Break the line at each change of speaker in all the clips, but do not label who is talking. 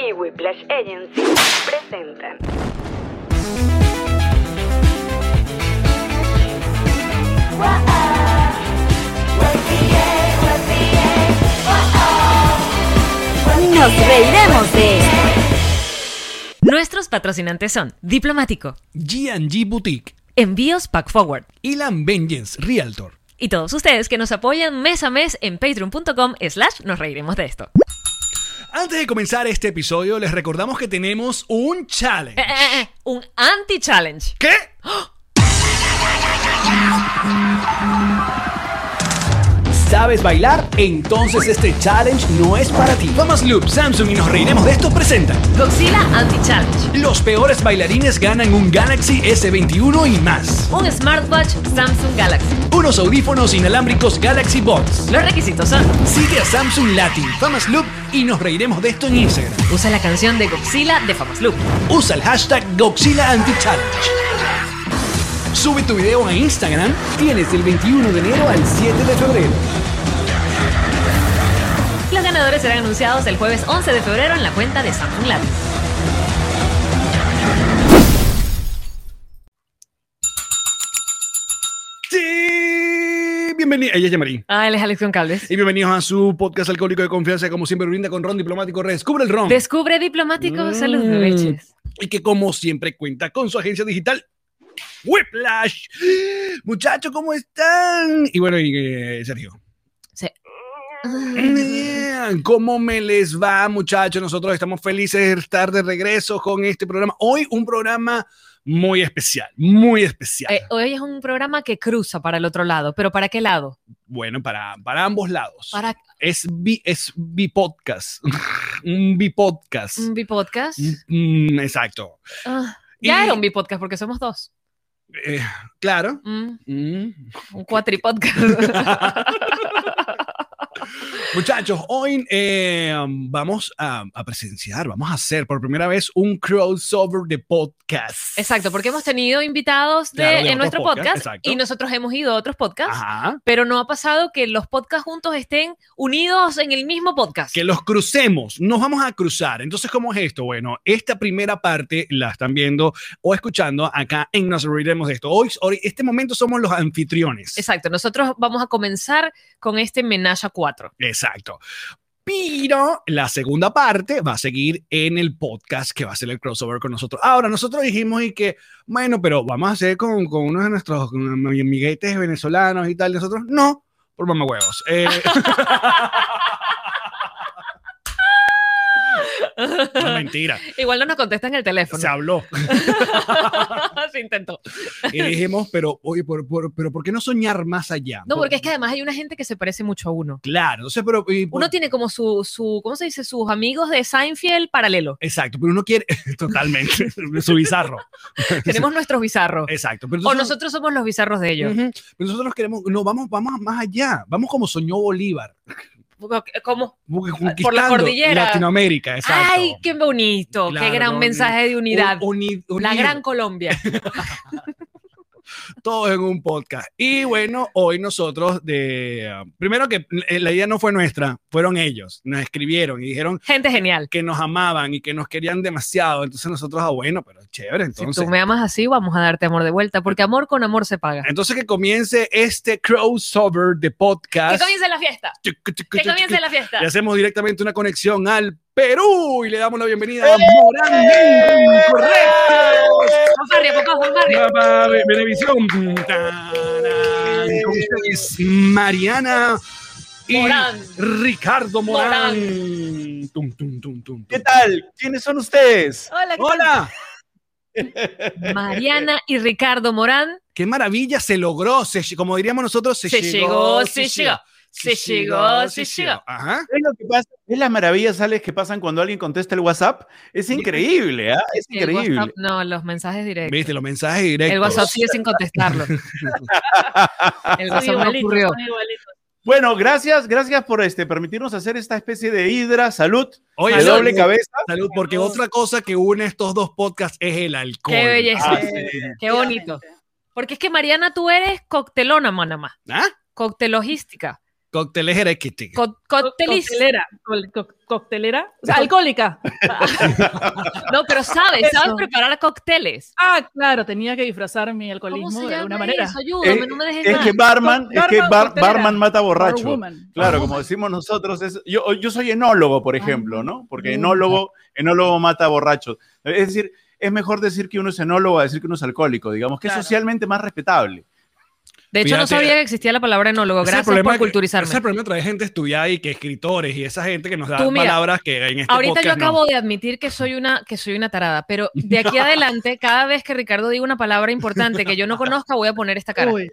y Whiplash Agency presentan
Nos reiremos de esto. Nuestros patrocinantes son Diplomático,
G&G Boutique,
Envíos Pack Forward
Elan Vengeance Realtor.
y todos ustedes que nos apoyan mes a mes en patreon.com slash nos reiremos de esto.
Antes de comenzar este episodio, les recordamos que tenemos un challenge.
Eh, eh, eh, un anti-challenge.
¿Qué?
¿Sabes bailar? Entonces este challenge no es para ti.
Thomas Loop, Samsung y nos reiremos de esto presenta.
Godzilla Anti-Challenge.
Los peores bailarines ganan un Galaxy S21 y más.
Un smartwatch Samsung Galaxy.
Unos audífonos inalámbricos Galaxy Box.
Los requisitos son
Sigue a Samsung Latin, Thomas Loop y nos reiremos de esto en Instagram.
Usa la canción de Godzilla de Famous Loop.
Usa el hashtag Godzilla Anti-Challenge. Sube tu video a Instagram
Tienes el 21 de enero al 7 de febrero.
Los ganadores serán anunciados el jueves 11 de febrero en la cuenta de Samsung Latin.
Sí, bienvenido. Ella es Yamari.
Ah, él es Alex Goncalves.
Y bienvenidos a su podcast alcohólico de confianza, como siempre, brinda con Ron Diplomático. Redescubre el Ron.
Descubre Diplomático,
Mm.
son los bebeches.
y que, como siempre, cuenta con su agencia digital. Whiplash. Muchachos, ¿cómo están? Y bueno, y, eh, Sergio.
Sí.
Yeah, ¿Cómo me les va, muchachos? Nosotros estamos felices de estar de regreso con este programa. Hoy un programa muy especial, muy especial.
Eh, hoy es un programa que cruza para el otro lado, pero ¿para qué lado?
Bueno, para, para ambos lados.
Para
Es bi, es bipodcast. un bipodcast.
un bipodcast.
Mm, exacto.
Ah, ya
Y-
era un bipodcast porque somos dos.
Eh, claro.
Mm,
Mm.
un cuatripodcast.
Muchachos, hoy eh, vamos a, a presenciar, vamos a hacer por primera vez un crossover de podcast.
Exacto, porque hemos tenido invitados de,
Claro, de
en
otros
nuestro
podcasts,
podcast
exacto.
y nosotros hemos ido a otros podcasts,
Ajá.
pero no ha pasado que los podcasts juntos estén unidos en el mismo podcast.
Que los crucemos, nos vamos a cruzar. Entonces, ¿cómo es esto? Bueno, esta primera parte la están viendo o escuchando acá en Nos Reiremos de esto. Hoy, hoy, este momento somos los anfitriones.
Exacto, nosotros vamos a comenzar con este Menage a 4.
Exacto. Pero la segunda parte va a seguir en el podcast que va a ser el crossover con nosotros. Ahora, nosotros dijimos y que, bueno, pero vamos a hacer con, con uno de nuestros amiguetes venezolanos y tal. Nosotros, no, por Eh, mamá huevos. mentira,
Igual no nos contestan el teléfono.
se habló.
Se intentó.
Y dijimos, pero, oye, por, por- pero ¿por qué no soñar más allá?
No, porque es que además hay una gente que se parece mucho a uno.
Claro, entonces, pero... y por-
Uno tiene como su, su ¿cómo se dice? Sus amigos de Seinfeld paralelo.
Exacto, pero uno quiere... Totalmente, su bizarro.
Tenemos nuestros bizarros.
Exacto. Pero
O
entonces-
nosotros somos los bizarros de ellos.
Ujú. Pero nosotros queremos, no, vamos, vamos más allá, vamos como soñó Bolívar,
¿Cómo? Por
bu-
la
conquistando
cordillera.
Latinoamérica, exacto.
¡Ay, qué bonito!
Claro,
¡Qué gran
no,
mensaje de unidad!
Un- uni-
la
unir
gran Colombia.
todos en un podcast. Y bueno, hoy nosotros, de, primero que eh, la idea no fue nuestra, fueron ellos, nos escribieron y dijeron
Gente genial.
que nos amaban y que nos querían demasiado, entonces nosotros, ah, bueno, pero chévere,
si
entonces.
tú me amas así, vamos a darte amor de vuelta, porque amor con amor se paga.
Entonces que comience este crossover de
¡Que
podcast.
comience la fiesta! ¡Que comience la fiesta!
Y hacemos directamente una conexión al Perú y le damos la bienvenida a
¡Eh!
Morán Correcto.
Juan Barrio, papá, Juan Barrio.
Benevisión.
¡Eh!
Tarán. Con ustedes, Mariana y
Morán.
Ricardo Morán. Tum, tum, tum, tum,
¿Qué
tum.
tal? ¿Quiénes son ustedes?
Hola, ¿qué tal?
Hola,
Mariana y Ricardo Morán.
qué maravilla se logró, se lle- como diríamos nosotros, se,
Se llegó, se llegó. Se llegó, se llegó.
Ajá.
Es lo que pasa, es las maravillas, Alex, que pasan cuando alguien contesta el WhatsApp. Es increíble, ¿ah? Es
El
increíble.
WhatsApp, no, los mensajes directos.
Viste, los mensajes directos.
El WhatsApp sigue sin contestarlo. El WhatsApp no ocurrió.
Bueno, gracias, gracias por este, permitirnos hacer esta especie de hidra, salud,
Oye,
de
salud,
doble cabeza.
salud, porque otra cosa que une estos dos podcasts es el alcohol.
Qué belleza.
Ah,
Qué bonito. Porque es que Mariana, tú eres coctelona, manamá.
¿Ah?
Coctelogística.
Cócteles heréticos.
Co- coctelis.
Coctelera. col- co- Coctelera. O sea, alcohólica.
No, pero sabes, sabes
Eso.
preparar cócteles.
Ah, claro, tenía que disfrazar
¿Cómo
mi
se
alcoholismo de
llama
alguna manera.
eso? Ayúdame,
Eh,
no me dejes
Es
nada.
que barman, es que
Barman
bar-
coctelera.
barman mata borracho.
Barwoman.
Claro, como decimos nosotros, es- yo, yo soy enólogo, por ejemplo, ¿no? Porque enólogo, enólogo mata borrachos. Es decir, es mejor decir que uno es enólogo a decir que uno es alcohólico, digamos, que
Claro.
es socialmente más respetable.
De hecho, no
Fíjate.
sabía que existía la palabra enólogo.
Ese es el
Gracias
problema
por
que- Ese es el
culturizarme.
problema de traer gente estudiada y que escritores y esa gente que nos da
Tú, mira,
palabras que en este
Ahorita yo
podcast no.
acabo de admitir que soy una que soy una tarada, pero de aquí adelante, cada vez que Ricardo diga una palabra importante que yo no conozca, voy a poner esta cara.
Uy,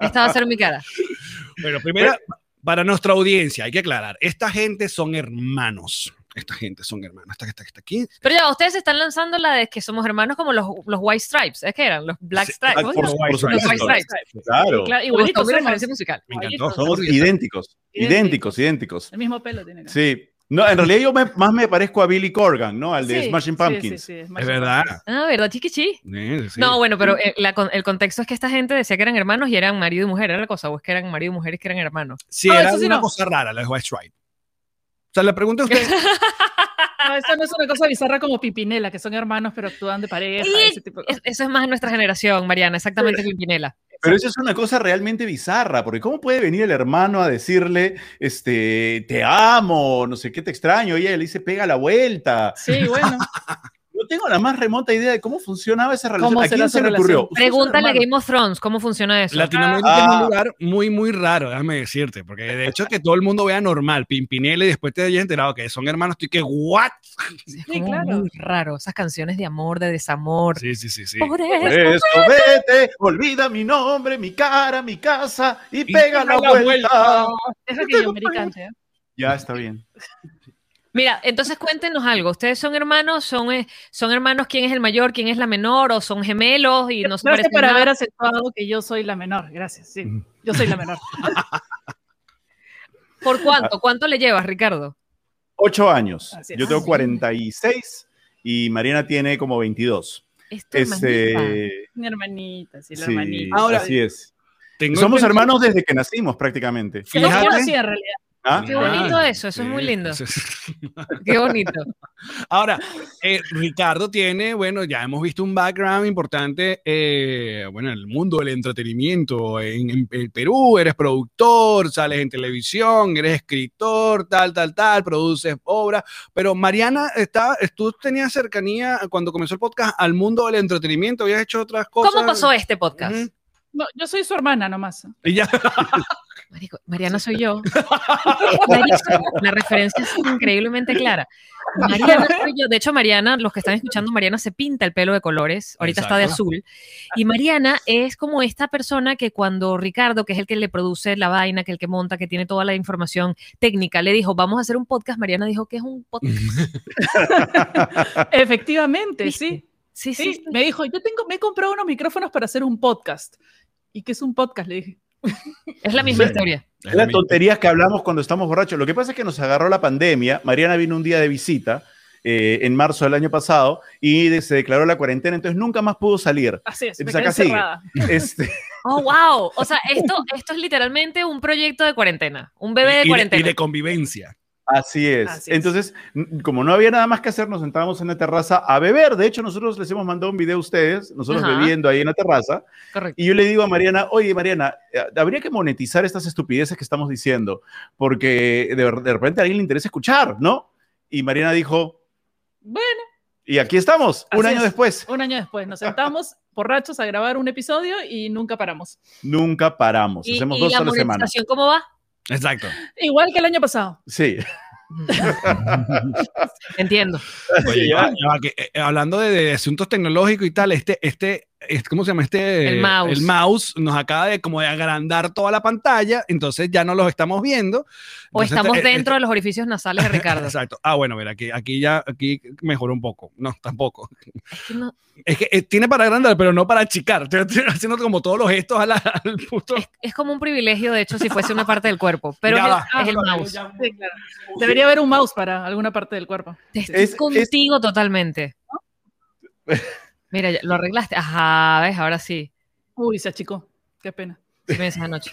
Esta va a ser mi cara.
Bueno, primero, para nuestra audiencia, hay que aclarar, esta gente son hermanos. Esta gente son hermanos. Esta que está- que está aquí.
Pero ya, ustedes están lanzando la de que somos hermanos como los, los White Stripes, ¿es que eran? Los Black
Sí,
Stripes.
por
¿cómo se
supuesto,
llaman?
por
los White
supuesto.
Stripes.
Claro,
claro,
Me gustó
igualitos
mi
somos.
referencia musical.
Me encantó.
Igualitos
somos
somos.
idénticos, idénticos,
Idénticos.
idénticos.
El mismo pelo tiene. ¿no?
Sí. No, en realidad yo me- más me parezco a Billy Corgan, ¿no? Al de
Sí,
Smashing
sí, sí,
Pumpkins.
sí, Smashing
Es verdad.
Ah, ¿verdad, chiquichi?
Sí, sí.
No, bueno, pero eh, la con- el contexto es que esta gente decía que eran hermanos y eran marido y mujer, era la cosa, o es que eran marido y mujer y que eran hermanos.
Sí,
No,
era
eso sí
una
no.
cosa rara la de White Stripe. O sea, le pregunté a usted,
No, Ah, eso no es una cosa bizarra como Pipinela, que son hermanos pero actúan de pareja.
Y-
ese tipo de
Es-
cosas.
eso es más nuestra generación, Mariana, exactamente, Pimpinela.
Pero eso es una cosa realmente bizarra, porque ¿cómo puede venir el hermano a decirle, este, te amo, no sé qué, te extraño? Y ella le dice, pega la vuelta.
Sí, bueno.
No tengo la más remota idea de cómo funcionaba esa relación.
¿Cómo
¿A
será
quién
su
se le
relación?
ocurrió? Ustedes son
Pregúntale a
hermanos.
Game of Thrones, ¿cómo funciona eso?
Latinoamérica
Ah.
es un lugar muy, muy raro, déjame decirte, porque de hecho que todo el mundo vea normal, Pimpinela, y después te hayas enterado que son hermanos, tú y que, ¿what?
Es
Sí,
como
claro.
muy raro, esas canciones de amor, de desamor.
Sí, sí, sí, sí.
Por
Por
eso.
eso vete, olvida mi nombre, mi cara, mi casa y, pega la, vuelta.
Es latinoamericante. ¿eh?
Ya está bien.
Mira, entonces cuéntenos algo. ¿Ustedes son hermanos? ¿Son, eh, ¿Son hermanos quién es el mayor, quién es la menor? ¿O son gemelos y no se
Gracias
parecen
por
nada?
haber aceptado que yo soy la menor. Gracias, sí. Yo soy la menor.
¿Por cuánto? ¿Cuánto le llevas, Ricardo?
Ocho años.
Así es.
Yo tengo 46 y Mariana tiene como 22.
Esto es magnífico.
Este,
Mi hermanita, sí, la
sí,
hermanita.
Ahora-
así es.
Tengo
Somos
entendido-
hermanos desde que nacimos prácticamente.
Que no
Fíjate.
conocí en realidad.
¿Ah?
Qué bonito
Ah,
eso, eso es
sí,
muy lindo.
eso es-
Qué bonito.
Ahora, eh, Ricardo tiene, bueno, ya hemos visto un background importante, eh, bueno, en el mundo del entretenimiento, en, en- en Perú, eres productor, sales en televisión, eres escritor, tal, tal, tal, produces obras, pero Mariana, está, tú tenías cercanía cuando comenzó el podcast al mundo del entretenimiento, habías hecho otras cosas.
¿Cómo pasó este podcast?
Ujú.
No, yo soy su hermana nomás.
Y ya,
Marico, Mariana soy yo. Marico, la referencia es increíblemente clara. Mariana soy yo. De hecho, Mariana, los que están escuchando, Mariana se pinta el pelo de colores. Ahorita está de
Exacto.
azul. Y Mariana es como esta persona que cuando Ricardo, que es el que le produce la vaina, que el que monta, que tiene toda la información técnica, le dijo, vamos a hacer un podcast, Mariana dijo que es un podcast.
Efectivamente,
¿Viste?
sí.
Sí, sí.
Sí, me dijo, yo tengo, me he comprado unos micrófonos para hacer un podcast. ¿Y qué es un podcast? Le dije.
sí. Es la misma
Sí.
historia.
Es las tonterías que hablamos cuando estamos borrachos. Lo que pasa es que nos agarró la pandemia. Mariana vino un día de visita eh, en marzo del año pasado y de- se declaró la cuarentena, entonces nunca más pudo salir.
Así es, me
Entonces
quedé
acá sigue.
encerrada.
Este,
Oh, wow. O sea, esto, esto es literalmente un proyecto de cuarentena. Un bebé de
y, y de,
cuarentena.
y de convivencia.
así es.
Así es.
entonces, n- como no había nada más que hacer, nos sentábamos en la terraza a beber. De hecho, nosotros les hemos mandado un video a ustedes, nosotros
Ajá.
bebiendo ahí en la terraza.
Correcto.
Y yo le digo a Mariana, oye Mariana, eh, habría que monetizar estas estupideces que estamos diciendo, porque de, de repente a alguien le interesa escuchar, ¿no? Y Mariana dijo,
Bueno,
y aquí estamos, un
Así
año
es.
después.
un año después nos sentamos borrachos a grabar un episodio y nunca paramos.
Nunca paramos.
¿Y,
Hacemos
y
dos
la
a la semana.
monetización cómo va?
Exacto.
Igual que el año pasado.
Sí.
Entiendo.
Oye,
Ya.
ya va, ya va, que, eh, hablando de, de asuntos tecnológicos y tal, este, este es- ¿cómo se llama este?
El mouse.
El mouse nos acaba de como de agrandar toda la pantalla, entonces ya no los estamos viendo.
O
Entonces,
estamos
eh, eh,
dentro de los orificios nasales de Ricardo.
Exacto. Ah, bueno, mira, aquí, aquí ya aquí mejoró un poco. No, tampoco.
Es que no-
Es que eh, tiene para agrandar, pero no para achicar. Estoy, estoy haciendo como todos los gestos a la- al puto.
es, es como un privilegio, de hecho, si fuese una parte del cuerpo. Pero
Ya
es el-
va.
es el mouse.
Sí, claro. Debería haber un mouse para alguna parte del cuerpo.
Te estoy
Es- es-
contigo totalmente. Mira, ya, lo arreglaste. Ajá, ves, ahora sí.
Uy, se achicó. Qué pena.
¿Qué piensas anoche?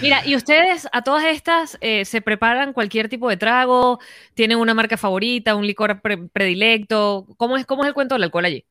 Mira, y ustedes a todas estas eh, se preparan cualquier tipo de trago, tienen una marca favorita, un licor pre- predilecto. ¿Cómo es, ¿Cómo es el cuento del alcohol allí?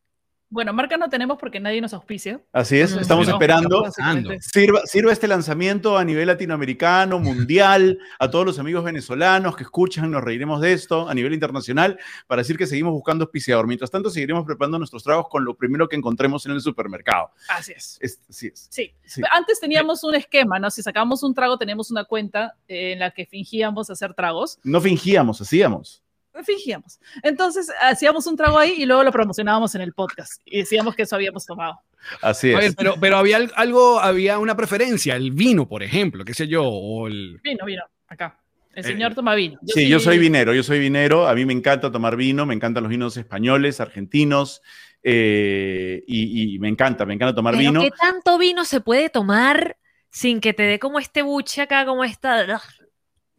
Bueno, marca no tenemos porque nadie nos auspicia.
Así es,
Mm.
estamos
No,
esperando.
Básicamente.
Sirva, sirva este lanzamiento a nivel latinoamericano, mundial, a todos los amigos venezolanos que escuchan, nos reiremos de esto a nivel internacional para decir que seguimos buscando auspiciador. Mientras tanto, seguiremos preparando nuestros tragos con lo primero que encontremos en el supermercado.
Así es.
Es- así es.
Sí.
Ah, Sí.
Antes teníamos un esquema, ¿no? Si sacábamos un trago, teníamos una cuenta eh, en la que fingíamos hacer tragos.
No fingíamos, hacíamos.
Fingíamos. Entonces hacíamos un trago ahí y luego lo promocionábamos en el podcast y decíamos que eso habíamos tomado.
Así
A ver,
es.
pero, pero había al- algo, había una preferencia, el vino, por ejemplo, qué sé yo, o el...
Vino, vino, acá. El
Eh,
señor toma vino.
Sí, yo soy vinero, yo soy vinero, a mí me encanta tomar vino, me encantan los vinos españoles, argentinos, eh, y, y me encanta, me encanta tomar
Pero
vino.
¿Qué tanto vino se puede tomar sin que te dé como este buche acá, como esta...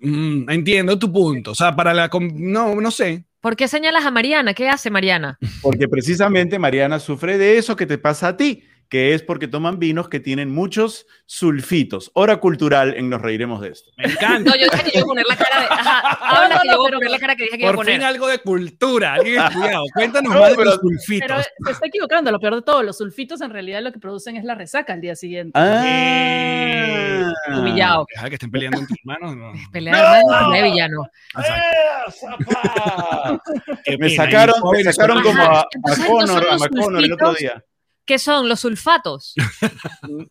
Mm, entiendo tu punto, o sea, para la... com- No, no sé.
¿Por qué señalas a Mariana? ¿Qué hace Mariana?
Porque precisamente Mariana sufre de eso que te pasa a ti, que es porque toman vinos que tienen muchos sulfitos. Hora cultural en Nos Reiremos de esto.
Me encanta.
No, yo dije que yo iba a poner la cara de... Ajá, habla que yo voy a poner la cara que dije que iba a
Por
poner.
fin algo de cultura, alguien estudiado. Cuéntanos
No,
más de
pero-
los sulfitos.
Pero se está equivocando, lo peor de todo, los sulfitos en realidad lo que producen es la resaca al día siguiente.
Ah.
Humillado.
Deja que estén peleando entre hermanos. No.
Pelea de hermanos, pelea de villano.
Qué
Eh, Me
pena,
sacaron,
y-
me sacaron como a, a
entonces no
Connor,
son
a
los
McConnor el otro
sulfitos.
día.
¿Qué son? ¿Los sulfatos?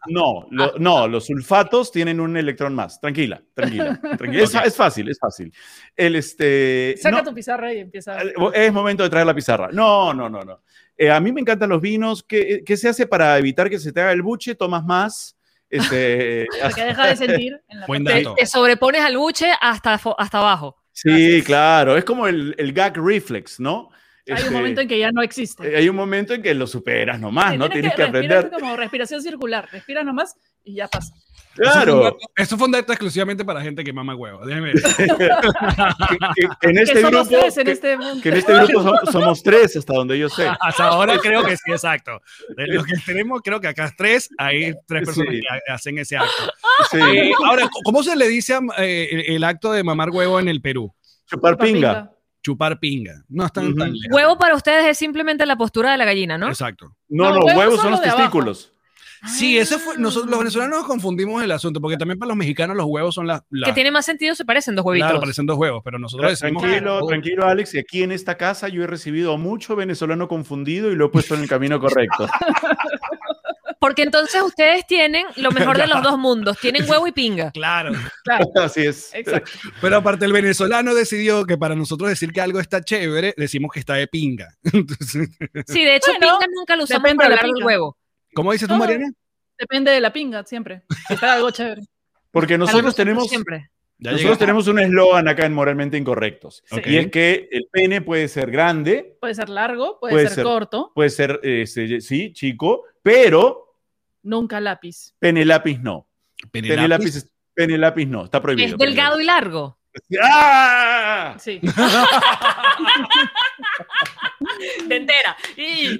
No,
Ah.
lo- no, los sulfatos tienen un electrón más. Tranquila, tranquila. tranquila. Es, es fácil, es fácil. El este.
Saca
no- Ah, eh,
tu pizarra y empieza. a-
Es momento de traer la pizarra. No, no, no, no. Eh, a mí me encantan los vinos. ¿Qué, qué se hace para evitar que se te haga el buche? Tomas más. Este,
Porque deja de sentir en la
Buen
parte-
Te,
dato.
te sobrepones al buche hasta, fo- hasta abajo.
sí, claro. Es como el, el gag reflex, ¿no?
Hay
Este,
un momento en que ya no existe.
eh, hay un momento en que lo superas nomás,
Sí,
¿no? Tienes que
respirar
aprender.
como respiración circular. Respira nomás y ya pasa.
Eso fue un
Claro.
dato- Eso fue un dato exclusivamente para gente que mama huevo. Déjame ver.
que- que en
que
este
somos
grupo.
tres en
que-
este mundo.
que en este grupo so- somos tres, hasta donde yo sé.
Hasta ahora creo que sí, exacto. De los que tenemos, creo que acá tres, hay tres personas
Sí.
que ha- hacen ese acto. Eh,
Sí,
ahora, ¿cómo se le dice a- eh, el, el acto de mamar huevo en el Perú?
chupar pinga.
Chupar pinga. No están
Ujú.
tan lejos.
Huevo para ustedes es simplemente la postura de la gallina, ¿no?
Exacto.
No,
No,
no,
huevos
huevos
son
son los
los de abajo.
testículos.
Sí, eso fue. Nosotros, los venezolanos nos confundimos el asunto, porque también para los mexicanos los huevos son las. las-
Que tiene más sentido, se parecen dos huevitos.
Claro, parecen dos huevos, pero nosotros decimos.
Tranquilo,
huevo.
tranquilo, Alex. Y aquí en esta casa yo he recibido a mucho venezolano confundido y lo he puesto en el camino correcto.
Porque entonces ustedes tienen lo mejor de los dos mundos. Tienen huevo y pinga.
Claro.
Así es.
Exacto.
Pero aparte, el venezolano decidió que para nosotros decir que algo está chévere, decimos que está de pinga. Entonces,
Sí, de hecho,
Bueno,
pinga nunca lo usamos
depende
para
de la
hablar del
pinga.
huevo.
¿Cómo dices tú,
No.
Mariana?
Depende de la pinga, siempre. Si está algo chévere.
Porque
Para
nosotros tenemos,
Siempre.
Ya
nosotros
llegamos.
tenemos un eslogan acá en Moralmente Incorrectos.
Sí.
Y es que el pene puede ser grande,
Puede ser largo, puede,
Puede
ser,
ser.
corto,
puede ser, este, sí, chico, pero
nunca lápiz.
pene lápiz no. Pene lápiz, es- pene lápiz no, está prohibido.
Es
pene
delgado y largo.
lápiz. ¡Ah!
Sí.
De entera. Y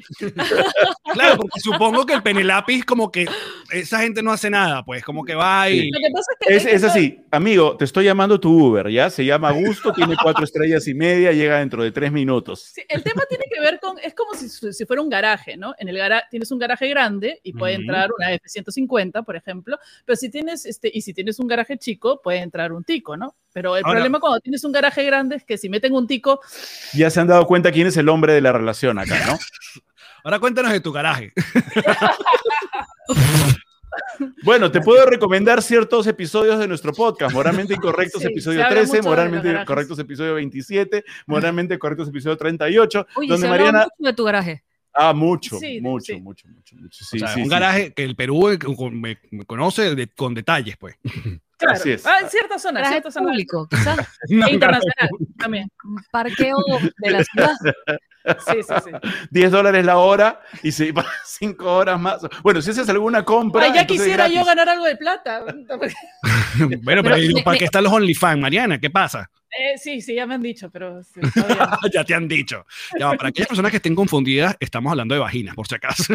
Claro, porque supongo que el pene lápiz, como que esa gente no hace nada, pues, como que va y.
Lo que pasa es que.
Es, es así, amigo, te estoy llamando tu Uber, ¿ya? Se llama Gusto, tiene cuatro estrellas y media, llega dentro de tres minutos.
Sí, el tema tiene que ver con, es como si, si fuera un garaje, ¿no? En el garaje tienes un garaje grande y puede
Ujú.
entrar una F-150, por ejemplo, pero si tienes, este, y si tienes un garaje chico, puede entrar un tico, ¿no? Pero el
Ahora-
problema cuando tienes un garaje grande es que si meten un tico,
Ya se han dado cuenta quién es el hombre de la relación acá, ¿no?
Ahora cuéntanos de tu garaje.
Bueno, te puedo recomendar ciertos episodios de nuestro podcast. Moralmente Incorrectos,
Sí, se
episodio
habla
13,
mucho de los
Moralmente
garajes.
Correctos, episodio 27, Moralmente Correctos, episodio 38,
Oye,
donde
se hablaba
Mariana...
mucho de tu garaje.
Ah, mucho,
Sí, de-
mucho,
sí.
mucho, mucho, mucho.
O
Sí,
sea,
sí,
un
sí.
garaje que el Perú eh, con- me, me conoce de- con detalles, pues.
Claro.
Así es.
Ah, en ciertas zonas,
Garaje
ciertas zonas.
público, quizás.
E internacional también.
Un parqueo de la ciudad.
Sí, sí, sí.
10 dólares la hora y se va 5 horas más. Bueno, si haces alguna compra...
Ay, ya
entonces
quisiera
gratis.
yo ganar algo de plata.
bueno, pero,
Pero
digo,
me-
¿para
me-
qué están los OnlyFans, Mariana? ¿Qué pasa?
Eh, sí, sí, ya me han dicho, pero sí, todavía no.
ya te han dicho. Ya va, para aquellas personas que estén confundidas, estamos hablando de vaginas, por si acaso.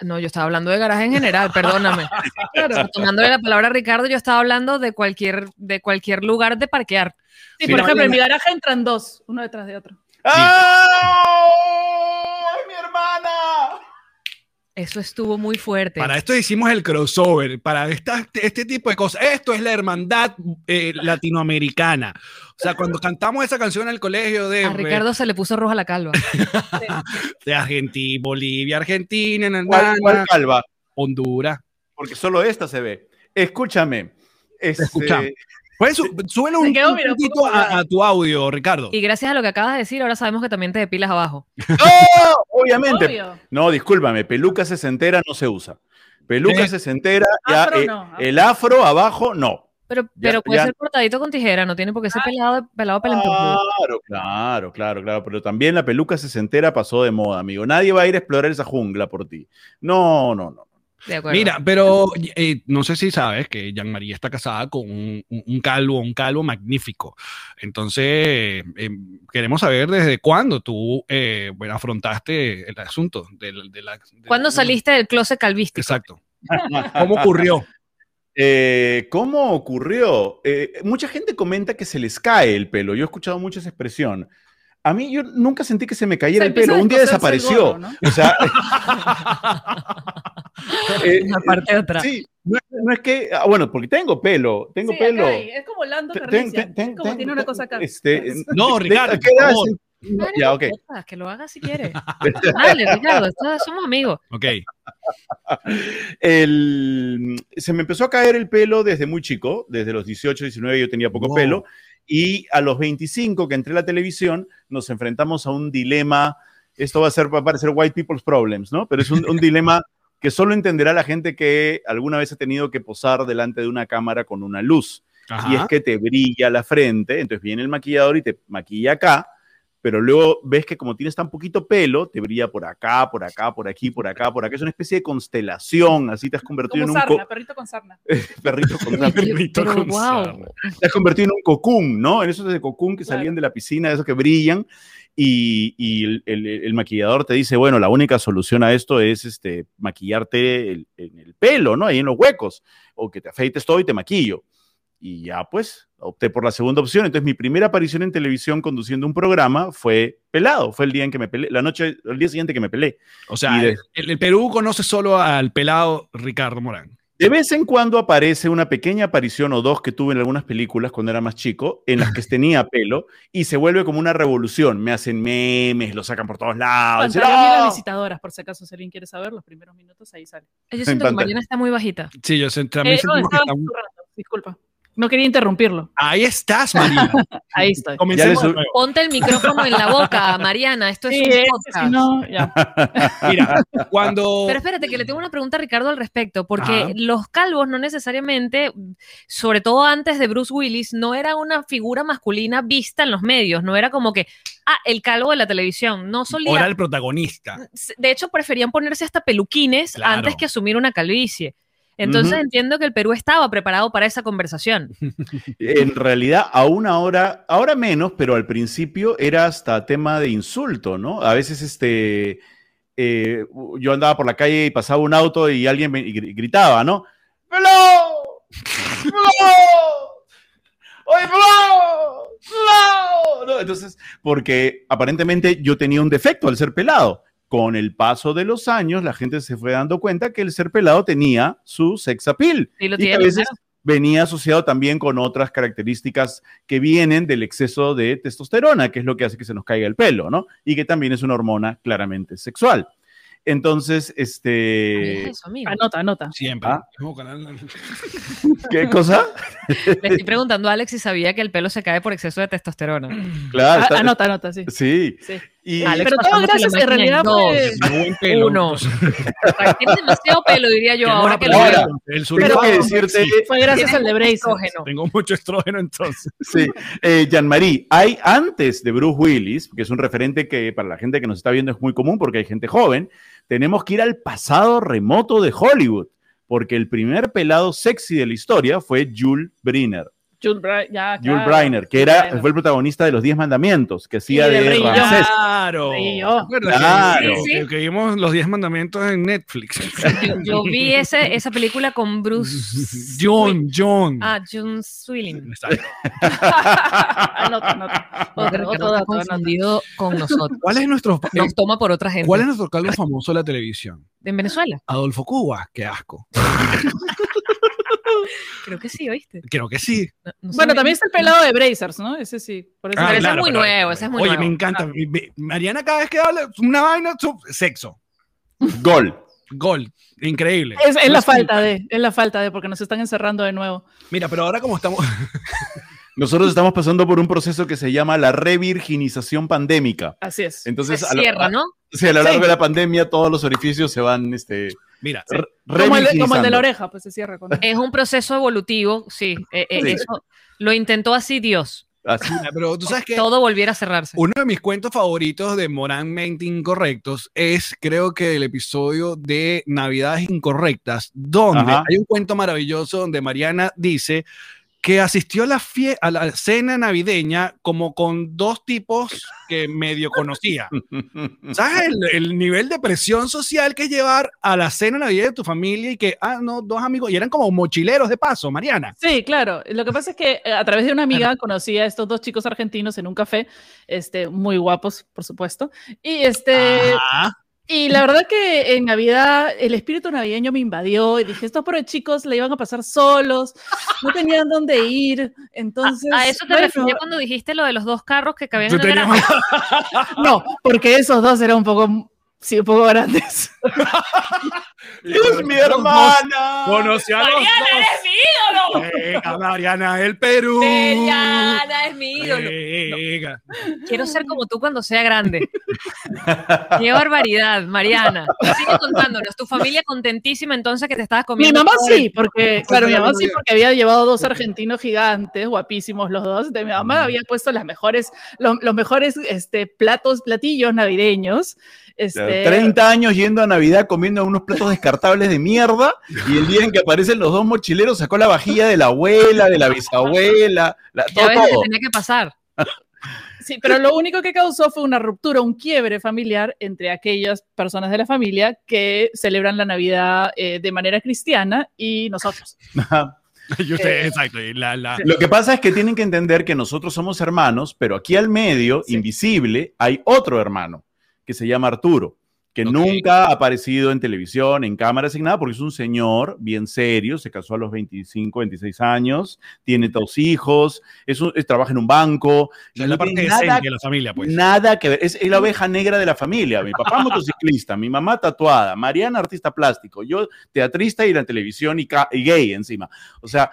No, yo estaba hablando de garaje en general, perdóname.
Claro.
Tomando la palabra de Ricardo, yo estaba hablando de cualquier, de cualquier lugar de parquear.
Sí,
Sí,
por
no,
ejemplo,
no.
en mi garaje entran dos, uno detrás de otro. ¡Oh!
¡Ay, mi hermana!
Eso estuvo muy fuerte.
Para esto hicimos el crossover, para esta- este tipo de cosas. Esto es la hermandad eh, latinoamericana. O sea, cuando cantamos esa canción en el colegio de,
A
Ah,
Ricardo se le puso roja la calva.
de Argentina, Bolivia, Argentina, na, na,
¿Cuál, cuál
na,
calva?
Honduras.
Porque solo esta se ve. Escúchame. Este,
escuchamos. Pues su- súbele un,
Se quedó,
un
mira,
poquito a, a tu audio, Ricardo.
Y gracias a lo que acabas de decir, ahora sabemos que también te depilas abajo.
¡Oh! Obviamente.
Obvio.
No, discúlpame, peluca sesentera no se usa. Peluca
¿Eh?
sesentera, ya,
Afro
eh,
no.
el afro abajo no.
Pero,
Ya,
pero puede
ya. Ah,
ser cortadito con tijera, no tiene por qué ser pelado, pelado, pelado.
Claro, claro, claro, claro. Pero también la peluca sesentera pasó de moda, amigo. Nadie va a ir a explorar esa jungla por ti. No, no, no.
De acuerdo.
Mira, pero eh, no sé si sabes que Jean María está casada con un, un- un calvo, un calvo magnífico. Entonces, eh, queremos saber desde cuándo tú eh, bueno, afrontaste el asunto. De, la- de la, de-
¿Cuándo saliste del closet calvístico?
Exacto. ¿Cómo ocurrió?
Eh, ¿Cómo ocurrió? Eh, mucha gente comenta que se les cae el pelo. Yo he escuchado mucho esa expresión. A mí yo nunca sentí que se me cayera
Se
el pelo.
empieza a
Un día
descoserse el
desapareció.
gorro, ¿no?
O sea, eh,
Una parte de atrás.
sí, no, es- no es que, ah, bueno, porque tengo pelo, tengo
Sí, acá
pelo.
hay, es como Lando
Ten-
Carnicia,
ten- ten-
es como
ten-
tiene una cosa acá.
este,
No,
¿de-
Ricardo,
a qué edad
por favor.
es el- Ya, ok.
Que lo haga si quiere. Dale, Ricardo, esto- somos amigos.
Ok.
El- se me empezó a caer el pelo desde muy chico, desde los 18, 19 yo tenía poco
Wow.
pelo, y a los 25 que entré a la televisión nos enfrentamos a un dilema, esto va a, ser, va a parecer White People's Problems, ¿no? Pero es un, un dilema que solo entenderá la gente que alguna vez ha tenido que posar delante de una cámara con una luz.
Ajá.
y es que te brilla la frente, entonces viene el maquillador y te maquilla acá, pero luego ves que como tienes tan poquito pelo, te brilla por acá, por acá, por aquí, por acá, por acá, es una especie de constelación, así te has convertido
Como
en un co-
sarna, perrito con sarna.
perrito con una-
Perrito
Pero,
con
wow.
sarna.
te has convertido en un cocún, ¿no? En esos de cocún que
Claro.
salían de la piscina, esos que brillan, y, y el, el- el maquillador te dice, bueno, la única solución a esto es este, maquillarte el- en el pelo, ¿no? Ahí en los huecos, o que te afeites todo y te maquillo. Y ya, pues, opté por la segunda opción. Entonces, mi primera aparición en televisión conduciendo un programa fue pelado. Fue el día en que me pelé, la noche, el día siguiente que me pelé.
O sea,
y de-
el, el Perú conoce solo al pelado Ricardo Morán.
De vez en cuando aparece una pequeña aparición o dos que tuve en algunas películas cuando era más chico, en las que tenía pelo, y se vuelve como una revolución. Me hacen memes, lo sacan por todos lados. dicen,
Pantalón y las
"¡Ah!".
visitadoras, por si acaso si alguien quiere saber, los primeros minutos ahí sale.
Yo siento que
encanta.
Mariana está muy bajita.
Sí, yo sent- también
Eh, no,
sentimos que
estaba
estamos-
susurrando, disculpa. No quería interrumpirlo.
Ahí estás, Mariana.
Ahí estoy.
Comencemos.
Ya le
de nuevo.
Ponte el micrófono en la boca, Mariana. Esto es
Sí,
un
es que
podcast.
si no, ya.
Mira, cuando.
Pero espérate, que le tengo una pregunta a Ricardo al respecto, porque
Ajá.
los calvos no necesariamente, sobre todo antes de Bruce Willis, no era una figura masculina vista en los medios, no era como que, ah, el calvo de la televisión, no solía.
Ahora el protagonista.
De hecho, preferían ponerse hasta peluquines
Claro.
antes que asumir una calvicie. Entonces
Ujú.
entiendo que el Perú estaba preparado para esa conversación.
En realidad, a una hora, ahora menos, pero al principio era hasta tema de insulto, ¿no? A veces este, eh, yo andaba por la calle y pasaba un auto y alguien me y gri- gritaba, ¿no? ¡Pelo! ¡Pelo! ¡Oye, pelo! ¡Pelo! ¿No? Entonces, porque aparentemente yo tenía un defecto al ser pelado. Con el paso de los años, la gente se fue dando cuenta que el ser pelado tenía su sex appeal
Y lo
y que a
tiene,
veces venía asociado también con otras características que vienen del exceso de testosterona, que es lo que hace que se nos caiga el pelo, ¿no? Y que también es una hormona claramente sexual. Entonces,
Oye,
este,
eso, amigo.
Anota, anota.
Siempre.
Ah.
Mismo canal.
¿qué cosa?
Le estoy preguntando a Alex si sabía que el pelo se cae por exceso de testosterona.
Claro, Ah,
A-
está-
anota, anota, sí.
sí.
Sí.
Y
Alex,
Pero todo
pasamos la
gracias, en
máquina en
realidad,
dos.
pues,
No, buen pelo.
Eh, Uno.
Entonces,
O sea, Tiene demasiado pelo, diría yo,
tengo
ahora
una
que lo
pelea
veo.
Ahora,
con el
tengo
sulfado.
que decirte,
Fue gracias al de Brace.
Estrógeno.
Tengo mucho estrógeno entonces.
Sí, eh, Jean-Marie, hay antes de Bruce Willis, que es un referente que para la gente que nos está viendo es muy común porque hay gente joven, tenemos que ir al pasado remoto de Hollywood, porque el primer pelado sexy de la historia fue Jules Briner,
Jules Bri- ya,
Jules
Ah, claro.
Briner, que era,
Briner.
fue el protagonista de los Diez Mandamientos, que hacía
Y de
de
Rey John.
Ramsés.
Claro.
Sí, yo.
¿Te acuerdas?
Claro.
Que- Que, que vimos los 10 mandamientos en Netflix.
Yo, yo vi ese- esa película con Bruce.
John, John.
Ah, John Swilling.
Exacto.
Anota, anota.
No,
Otro,
creo que
otro
está
dato, anota.
confundido con nosotros.
¿Cuál es nuestro, eh,
Nos toma por otra gente.
¿cuál es nuestro calvo famoso de la televisión?
¿En Venezuela?
Adolfo Cuba, qué asco.
Creo que sí, ¿oíste?
Creo que sí.
No- no sé
Bueno,
bien.
también está el pelado de Brazers, ¿no? Ese sí. Por eso
Ah,
Pero
ese es muy nuevo, ese es muy
oye,
nuevo.
me encanta. Mi- mi- Mariana cada vez que habla, una vaina, su- sexo,
Gol.
gol, increíble.
es, es la
Nos-
falta de, es la falta de, porque nos están encerrando de nuevo.
Mira, pero ahora como estamos,
Nosotros estamos pasando por un proceso que se llama la revirginización pandémica.
Así es.
Entonces,
Se
a lo-
cierra,
a-
¿no?
sí, a lo
Sí.
largo de la pandemia, todos los orificios se van este,
mira,
re-
Como el, de- como el de
revirginizando.
la oreja, pues se cierra con
Es un proceso evolutivo, sí. eh, eh,
Sí.
eso lo intentó así Dios.
Así
mira, pero tú sabes que
Todo volviera a cerrarse.
uno de mis cuentos favoritos de moralmente incorrectos es, creo que el episodio de Navidades incorrectas, donde
Ajá.
hay un cuento maravilloso donde Mariana dice que asistió a la, fie- a la cena navideña como con dos tipos que medio conocía. ¿Sabes el, el nivel de presión social que es llevar a la cena navideña de tu familia y que, ah, no, dos amigos, y eran como mochileros de paso, Mariana?
Sí, claro. Lo que pasa es que eh, a través de una amiga conocí a estos dos chicos argentinos en un café, este, muy guapos, por supuesto. Y este,
Ah,
y la verdad que en Navidad el espíritu navideño me invadió y dije, estos pobres chicos le iban a pasar solos, no tenían dónde ir. Entonces,
Ah, a eso te
bueno,
refería cuando dijiste lo de los dos carros que cabían
tú
en el
tenías-
garaje.
no, porque esos dos eran un poco sí, un poco grandes.
¡Es mi hermana!
Conoció a los dos. Venga, Mariana del Perú.
Mariana es mi ídolo.
Eh. Venga.
Quiero ser como tú cuando sea grande. Qué barbaridad, Mariana. Sigue contándonos. Tu familia contentísima entonces que te estabas
Mi
comiendo.
mamá
todo el-
sí, porque, claro, mi mamá sí, porque había llevado dos argentinos gigantes, guapísimos los dos. De mi mamá había puesto las mejores, los, los mejores este, platos, platillos navideños. Este,
30 años yendo a Navidad comiendo unos platos descartables de mierda y el día en que aparecen los dos mochileros sacó la vajilla de la abuela, de la bisabuela, la-
Ya
todo,
ves lo que
todo.
tenía que pasar.
Sí, pero lo único que causó fue una ruptura, un quiebre familiar entre aquellas personas de la familia que celebran la Navidad eh, de manera cristiana y nosotros.
Ajá.
Y usted, exacto. y la- la-
Lo que pasa es que tienen que entender que nosotros somos hermanos, pero aquí al medio, invisible, hay otro hermano que se llama Arturo, que
Ok.
nunca ha aparecido en televisión, en cámaras, en nada, porque es un señor bien serio, se casó a los 25, 26 años, tiene dos hijos, es un- es- trabaja en un banco,
la, la
no
parte
tiene
decente
nada
de la familia, pues.
Nada que ver. Es, es la oveja negra de la familia. Mi papá motociclista, mi mamá tatuada, Mariana artista plástico, yo teatrista y la televisión y, ca- y gay encima. O sea,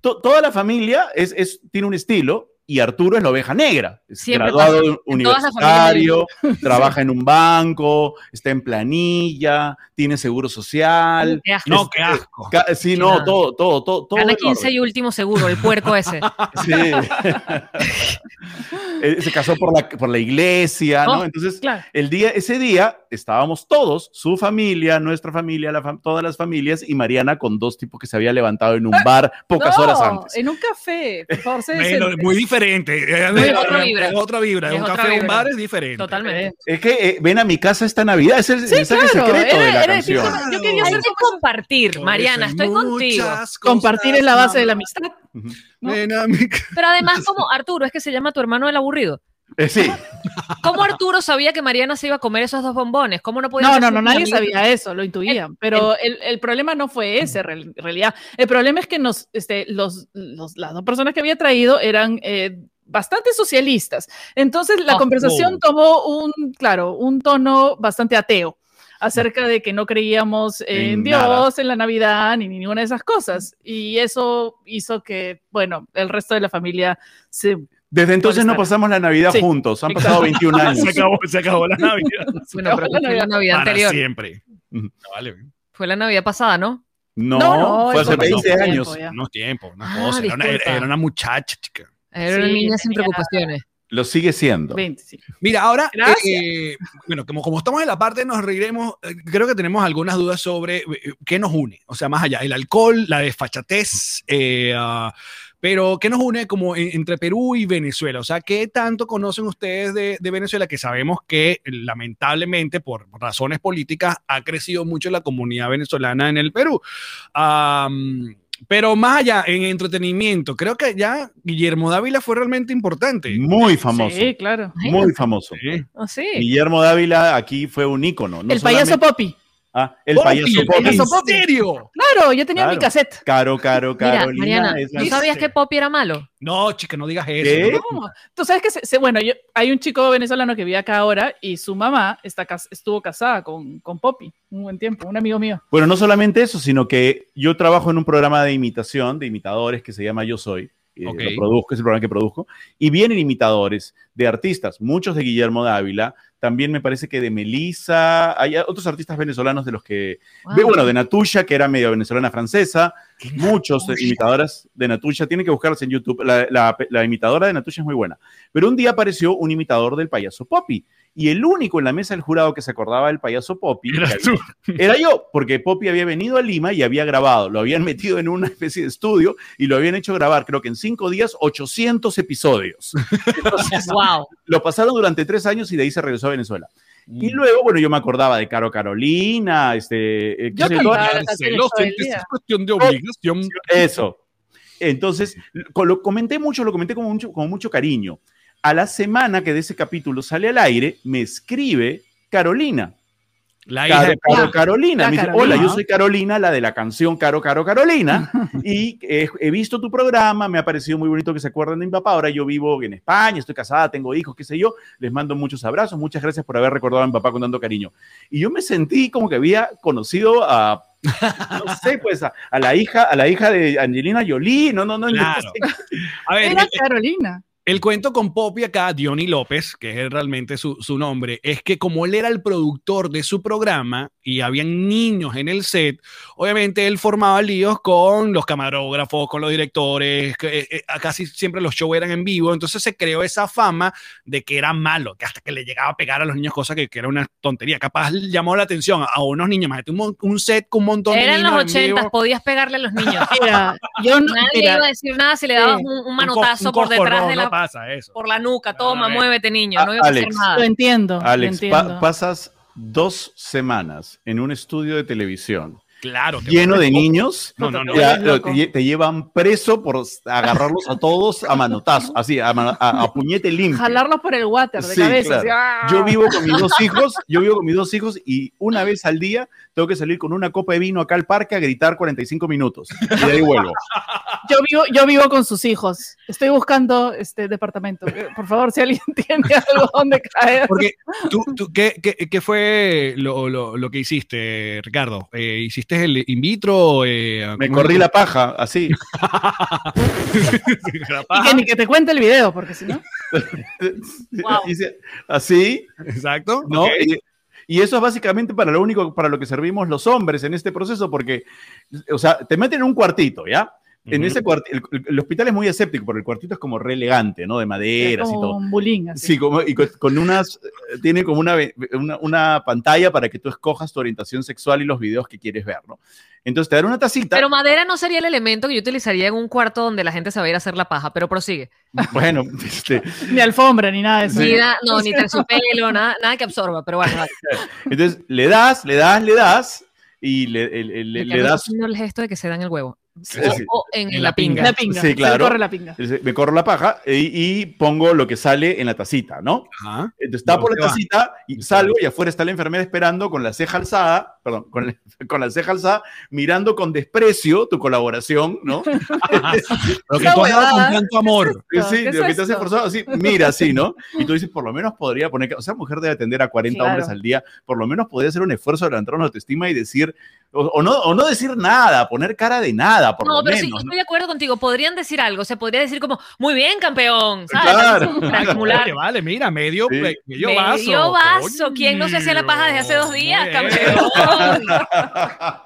to- toda la familia es, es- tiene un estilo y Arturo es la oveja negra. Es
Siempre
graduado
En todas las
universitario, trabaja en un banco, está en planilla, tiene seguro social.
Qué asco.
No, qué asco.
Ca- Sí, no,
Claro.
todo, todo, todo. todo
Gana
en orden.
15 y último seguro, el puerco ese.
Sí. Eh, Se casó por la, por la iglesia, ¿no?
Oh,
Entonces,
claro.
el día, ese día estábamos todos, su familia, nuestra familia, la fam- todas las familias, y Mariana con dos tipos que se había levantado en un bar pocas
Ah, No, eh.
horas antes.
En un café, por favor, sé
Bueno,
decente.
muy diferente. Es,
Es otra vibra.
Es otra vibra.
Es
un
otra
café, un
vibra.
bar es diferente.
Totalmente.
Es que eh, ven a mi casa esta Navidad, es el mensaje
claro,
secreto
era-
de la
era el
canción.
título. Yo quería
Hay
hacer
que compartir, Mariana, estoy contigo.
compartir en la base de la amistad. ¿no?
Dinámica.
Pero además, como Arturo, es que se llama tu hermano el aburrido.
Eh, sí,
¿Cómo Arturo sabía que Mariana se iba a comer esos dos bombones? ¿Cómo no podía
No,
ser
no,
sus
no, nadie
amigos?
sabía eso, lo intuían, pero el, el problema no fue ese real- en realidad. El problema es que nos, este, los, los- las dos personas que había traído eran eh, bastante socialistas. Entonces la
Oh,
conversación
wow.
tomó un, claro, un tono bastante ateo. acerca de que no creíamos en
En
Dios,
nada.
en la Navidad, ni ninguna de esas cosas. Y eso hizo que, bueno, el resto de la familia se...
Desde entonces no
Molestar.
pasamos la Navidad
Sí,
juntos. Han
exacto.
pasado 21
Ah,
años.
Se acabó, se acabó la Navidad.
Bueno, pero fue la Navidad
Para
anterior.
siempre.
Ujú.
No vale.
Fue la Navidad pasada, ¿no?
No,
No, no,
fue
eso
hace
pasó
20
tiempo
años.
ya.
Unos tiempos, unas
Ah,
cosas. Era una,
disculpa.
era una muchacha, chica.
Era una
Sí,
niña sin
tenía-
preocupaciones.
Lo sigue siendo.
20, sí.
Mira, ahora,
Gracias.
eh, bueno, como, como estamos en la parte, nos reiremos. eh, Creo que tenemos algunas dudas sobre eh, qué nos une. O sea, más allá, el alcohol, la desfachatez, eh, ah, pero qué nos une como en- entre Perú y Venezuela. O sea, ¿qué tanto conocen ustedes de, de Venezuela? Que sabemos que lamentablemente, por razones políticas, ha crecido mucho la comunidad venezolana en el Perú. Am, pero más allá, en entretenimiento, creo que ya Guillermo Dávila fue realmente importante.
Muy famoso.
Sí, claro.
Muy famoso.
Sí.
¿O Ah, sí?
Guillermo Dávila aquí fue un ícono. no
el payaso
solamente-
Poppy.
Ah, el
Poppy,
payaso
el
Poppy.
payaso
Poppy.
¿En serio?
Claro, yo tenía mi
Claro.
cassette.
Caro, caro,
Mira,
Carolina.
Mariana,
es la-
¿tú sabías que Poppy era malo?
No, chica, no digas eso.
¿Qué?
¿no?
No, Tú sabes que, se- se- bueno, yo- hay un chico venezolano que vive acá ahora y su mamá está, cas- estuvo casada con, con Poppy un buen tiempo, un amigo mío.
Bueno, no solamente eso, sino que yo trabajo en un programa de imitación, de imitadores, que se llama Yo Soy. eh,
Ok.
Lo produzco, es el programa que produzco. Y vienen imitadores de artistas, muchos de Guillermo Dávila, también me parece que de Melissa, hay otros artistas venezolanos de los que
Wow.
Ve, Bueno, de Natusha, que era medio venezolana francesa, muchos eh, imitadoras de Natusha, tienen que buscarlas en YouTube, la, la- la imitadora de Natusha es muy buena. Pero un día apareció un imitador del payaso Poppy, y el único en la mesa del jurado que se acordaba del payaso Poppy
Eras
que
tú.
había- era yo, porque Poppy había venido a Lima y había grabado, lo habían metido en una especie de estudio y lo habían hecho grabar, creo que en cinco días, 800 episodios.
Wow.
Lo pasaron durante tres años y de ahí se regresó a Venezuela. Y luego, bueno, yo me acordaba de Caro Carolina, este... eh, qué
Yo
sé yo,
cantaba la
Marcelo,
canción todo el
entonces
día.
es cuestión de obligación.
Eso. Entonces, co- lo comenté mucho, lo comenté con mucho, con mucho cariño. A la semana que de ese capítulo sale al aire, me escribe Carolina.
La hija
Caro,
de
Caro,
Ah,
Carolina.
la
Me dice,
Carolina.
Hola, yo soy Carolina, la de la canción Caro, Caro, Carolina. y eh, he visto tu programa, me ha parecido muy bonito que se acuerden de mi papá. Ahora yo vivo en España, estoy casada, tengo hijos, qué sé yo. Les mando muchos abrazos, muchas gracias por haber recordado a mi papá con tanto cariño. Y yo me sentí como que había conocido a... No sé, pues a, a la hija, a la hija de Angelina Jolie, no, no, no, no
Claro.
sé.
A ver,
Era
el,
Carolina.
el cuento con Poppy acá, Diony López, que es realmente su, su nombre, es que como él era el productor de su programa y habían niños en el set, obviamente él formaba líos con los camarógrafos, con los directores, que, eh, eh, casi siempre los shows eran en vivo, entonces se creó esa fama de que era malo, que hasta que le llegaba a pegar a los niños cosas que, que era una tontería. Capaz llamó la atención a unos niños, imagínate un, mon- un set con un montón de
Eran
niños.
los
en vivo.
80, podías pegarle a los niños.
Mira, yo no,
Nadie
mira,
iba a decir nada si le dabas
Sí.
un, un
Un co-
manotazo
un
por detrás
coscorrón,
de
no
la,
pasa eso.
por la nuca. Toma,
A ver.
muévete, niño. No iba a
Ah, Alex.
hacer nada.
lo entiendo. lo
Alex, pa-
entiendo.
pasas dos semanas en un estudio de televisión
Claro. te
lleno de
vuelves
niños
No, no, no.
Ya,
Eres
lo-
loco.
te, lle- te llevan preso por s- agarrarlos a todos a manotazos, así, a, mano- a- a puñete limpio.
Jalarlos por el water de
Sí,
cabeza. así, ¡ah!
Yo vivo con mis dos hijos, yo vivo con mis dos hijos y una vez al día tengo que salir con una copa de vino acá al parque a gritar 45 minutos y de ahí vuelvo.
Yo vivo, yo vivo con sus hijos. Estoy buscando este departamento. Por favor, si alguien tiene algo donde caer.
Porque tú, tú- ¿qué, qué, qué fue lo, lo- lo que hiciste, Ricardo? Eh, ¿Hiciste el in vitro? Eh,
Me
¿cómo
corrí
es?
la paja, así.
La
Y
paja.
que ni que te cuente el video, porque si no.
Wow.
Hice así,
Exacto.
¿no? Eh,
ok.
Y, y eso es básicamente para lo único para lo que servimos los hombres en este proceso, porque, o sea, te meten en un cuartito, ¿ya? En
Ujú.
ese cuartito, el, el- el hospital es muy escéptico, porque el cuartito es como re elegante, ¿no? De
Es
maderas y
como
todo.
un bullying. así.
Sí, como, y con, con unas, eh, tiene como una, ve- una, una pantalla para que tú escojas tu orientación sexual y los videos que quieres ver, ¿no? Entonces te dan una tacita.
Pero madera no sería el elemento que yo utilizaría en un cuarto donde la gente se va a ir a hacer la paja, pero prosigue.
Bueno, este,
Ni alfombra, ni nada de eso.
Ni da- no, ni terciopelo, nada, nada que absorba, pero bueno. vale.
entonces le das, le das, le das, y le, el- el- le- le
Ricardo está
das.
haciendo el gesto de que se dan el huevo.
Sí,
O,
sí.
o en,
En
la
la
pinga.
La pinga.
Sí,
se
claro.
corre la pinga.
Me corro la paja y, y pongo lo que sale en la tacita, ¿no?
Ajá.
Entonces tapo
No,
la
se va.
tacita y salgo y afuera está la enfermera esperando con la ceja alzada perdón, con la, con la ceja alzada, mirando con desprecio tu colaboración, ¿no?
Lo que
Esa
tú has dado con
huevada.
tanto amor.
Sí,
No,
sí,
¿qué es
lo que te has
esto?
esforzado, así, mira, así, ¿no? Y tú dices, por lo menos podría poner, que- o sea, mujer debe atender a 40
Claro.
hombres al día, por lo menos podría hacer un esfuerzo de levantar una autoestima y decir, o, o no, o no decir nada, poner cara de nada, por
No,
lo
pero
menos.
sí,
¿no?
estoy de acuerdo contigo. Podrían decir algo. Se podría decir como, muy bien, campeón. ¿sabes?
Claro.
Para acumular.
Vale, vale, mira, medio,
Sí.
pe- medio
Medio
vaso.
vaso. ¿Quién no se hacía la paja desde hace dos
Muy
días,
bien.
campeón?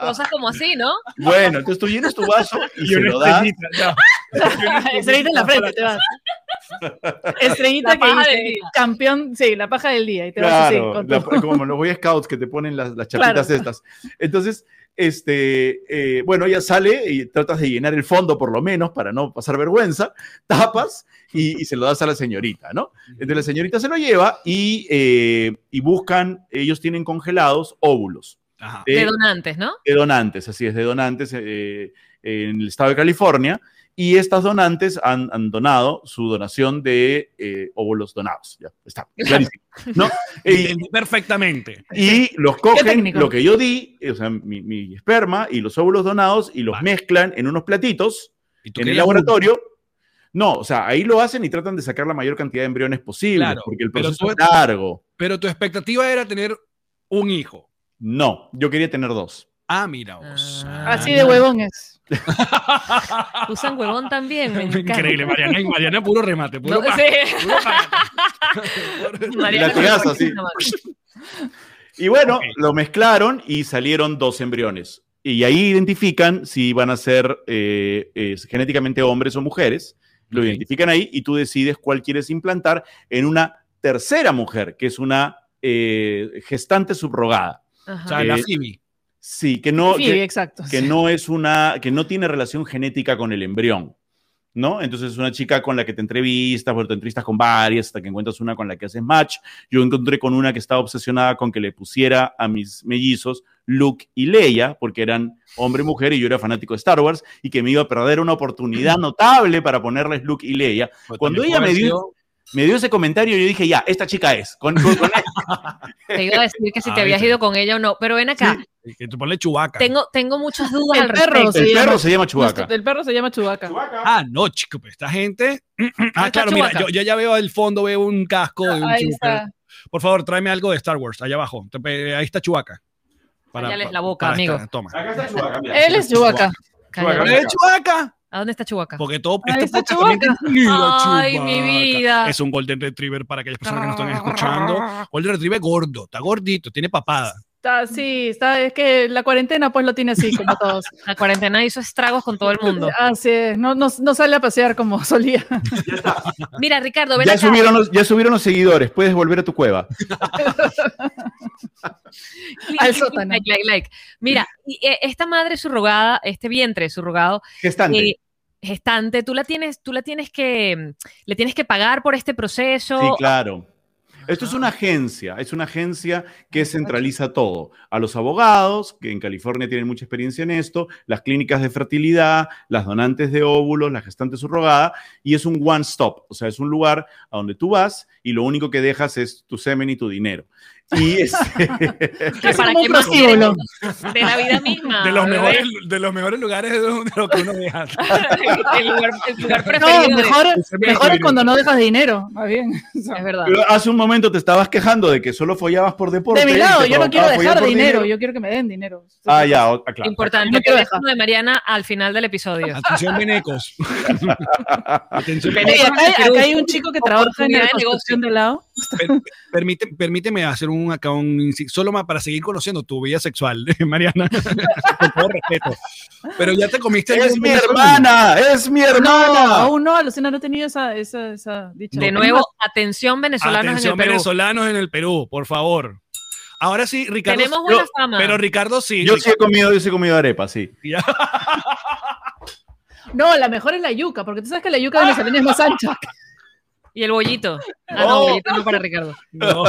Cosas como así, ¿no?
Bueno, entonces tú llenas tu vaso y
Y
se
una
lo das.
estrellita, ya.
Ah, Estrellita en la frente, te vas. Estrellita
La
que
paja
dice,
del día.
campeón, sí, la paja del día. Y te vas así,
Claro,
con
la-
tu-
como los Boy Scouts que te ponen las, las chapitas
Claro.
estas. Entonces, este, eh, bueno, ella sale y tratas de llenar el fondo por lo menos para no pasar vergüenza, tapas y, y se lo das a la señorita, ¿no? Entonces la señorita se lo lleva y, eh, y buscan, ellos tienen congelados óvulos
Ajá.
De
de,
donantes, ¿no?
de donantes, así es, de donantes eh, en el estado de California. Y estas donantes han, han donado su donación de eh, óvulos donados. Ya está, clarísimo. ¿no? Y-
Entendí perfectamente.
y los cogen,
técnico.
lo que yo di, o sea, mi, mi esperma y los óvulos donados y los
Vale.
mezclan en unos platitos
¿Y tú
en el
querías uno?
laboratorio. No, o sea, ahí lo hacen y tratan de sacar la mayor cantidad de embriones posible,
Claro,
porque el
pero
proceso
tú-
es largo.
Pero tu expectativa era tener un hijo.
No, yo quería tener dos.
Ah, mira vos.
Ah.
Así de huevón es.
Usan huevón también. me encanta.
Increíble, Mariana. Y Mariana, puro remate. Puro
No,
pa-
sí.
puro pa-
Mariana,
latigazo,
¿por qué
sí.
no vas?
Y bueno,
Ok.
lo mezclaron y salieron dos embriones. Y ahí identifican si van a ser eh, eh, genéticamente hombres o mujeres. Lo
Ok.
identifican ahí y tú decides cuál quieres implantar en una tercera mujer, que es una eh, gestante subrogada.
O
Ajá.
sea, la
Eh,
Phoebe.
Sí, que no,
sí,
que,
exacto.
que no es una, que no tiene relación genética con el embrión, ¿no? Entonces es una chica con la que te entrevistas, bueno, te entrevistas con varias, hasta que encuentras una con la que haces match. Yo encontré con una que estaba obsesionada con que le pusiera a mis mellizos Luke y Leia, porque eran hombre y mujer y yo era fanático de Star Wars, y que me iba a perder una oportunidad notable para ponerles Luke y Leia. Cuando
También
ella
puede haber
me dio-
sido-
Me dio ese comentario y yo dije, ya, esta chica es. Con, con- con-
Te iba a decir que si te
Ah,
habías
viste.
ido con ella o no. Pero ven acá.
eh, Que tú ponle chubaca.
Tengo, tengo muchas dudas
El
al
perro,
respecto.
el
Se llama- este
perro se llama
Nuestro-
Chewbacca.
El perro se llama Chubaca.
Ah, no, chico, pero esta gente. Ah, claro, mira,
Chewbacca.
yo, yo ya veo al fondo, veo un casco de un
Ahí
super.
está.
Por favor, tráeme algo de Star Wars, allá abajo. Te pe- Ahí está Chubaca.
Cállales la boca, amigo.
toma.
Acá está Chewbacca, mira.
Él es Chubaca.
Cállate.
Chewbacca.
¡Eh, Chubaca!
¿A dónde está Chubaca?
Porque todo
Ahí
este
está
podcast también
Chewbacca.
tiene- Mira,
Ay,
Chewbacca.
mi vida.
Es un Golden Retriever para aquellas personas que nos están escuchando. Golden Retriever gordo, está gordito, tiene papada.
Está, sí, está, es que la cuarentena pues lo tiene así, como todos.
La cuarentena hizo estragos con todo el mundo.
Así es, no, no, no sale a pasear como solía.
Mira, Ricardo, ven
Ya
acá.
subieron, los, ya subieron los seguidores, puedes volver a tu cueva.
Clic,
al
clic, clic,
sótano.
Like, like, like. Mira, y, eh, esta madre surrogada, este vientre surrogado,
Gestante.
eh, gestante, tú la tienes, tú la tienes que, le tienes que pagar por este proceso.
Sí, claro. Esto es una agencia, es una agencia que centraliza todo. A los abogados, que en California tienen mucha experiencia en esto, las clínicas de fertilidad, las donantes de óvulos, la gestante subrogada, y es un one-stop, o sea, es un lugar a donde tú vas y lo único que dejas es tu semen y tu dinero. Y este,
Que
Es
para
como
qué
un
más
prostíbulo.
quieres de la vida misma.
De los,
bebé.
mejores, de los mejores lugares de donde lo que uno deja.
el lugar, el lugar preferido.
No,
de-
mejor,
me
mejor es
dijo.
cuando no dejas dinero, más bien.
Es verdad.
pero hace un momento te estabas quejando de que solo follabas por deporte.
De mi
y
lado,
te
yo no quiero
provocaba follar
dejar
por
dinero, yo quiero que me den dinero.
Ah, ya, o- ah, claro.
Importante.
No te
que
deja.
dejo de Mariana al final del episodio.
Atención, venecos. Atención,
Oye, acá, hay- acá hay un chico que trabaja en
Oportunidad
la
de
construcción del lado.
Per- permite- permíteme hacer un acá un insi- solo más para seguir conociendo tu vida sexual, Mariana. Con todo respeto. Pero ya te comiste el
¡Es mi
mundo solo.
hermana! ¡Es mi
No,
hermana!
aún no, Alucina no he tenido esa, esa, esa dicha.
De nuevo, atención venezolanos en
Atención,
el Perú.
venezolanos en el Perú, por favor. Ahora sí, Ricardo.
Tenemos buena fama.
Pero Ricardo sí.
Yo sí he
Ricardo,
comido, yo sí he comido arepa, sí.
No, la mejor es la yuca, porque tú sabes que la yuca venezolana es más ancha.
Y el bollito. Ah, no,
Oh.
bollito no para Ricardo.
no.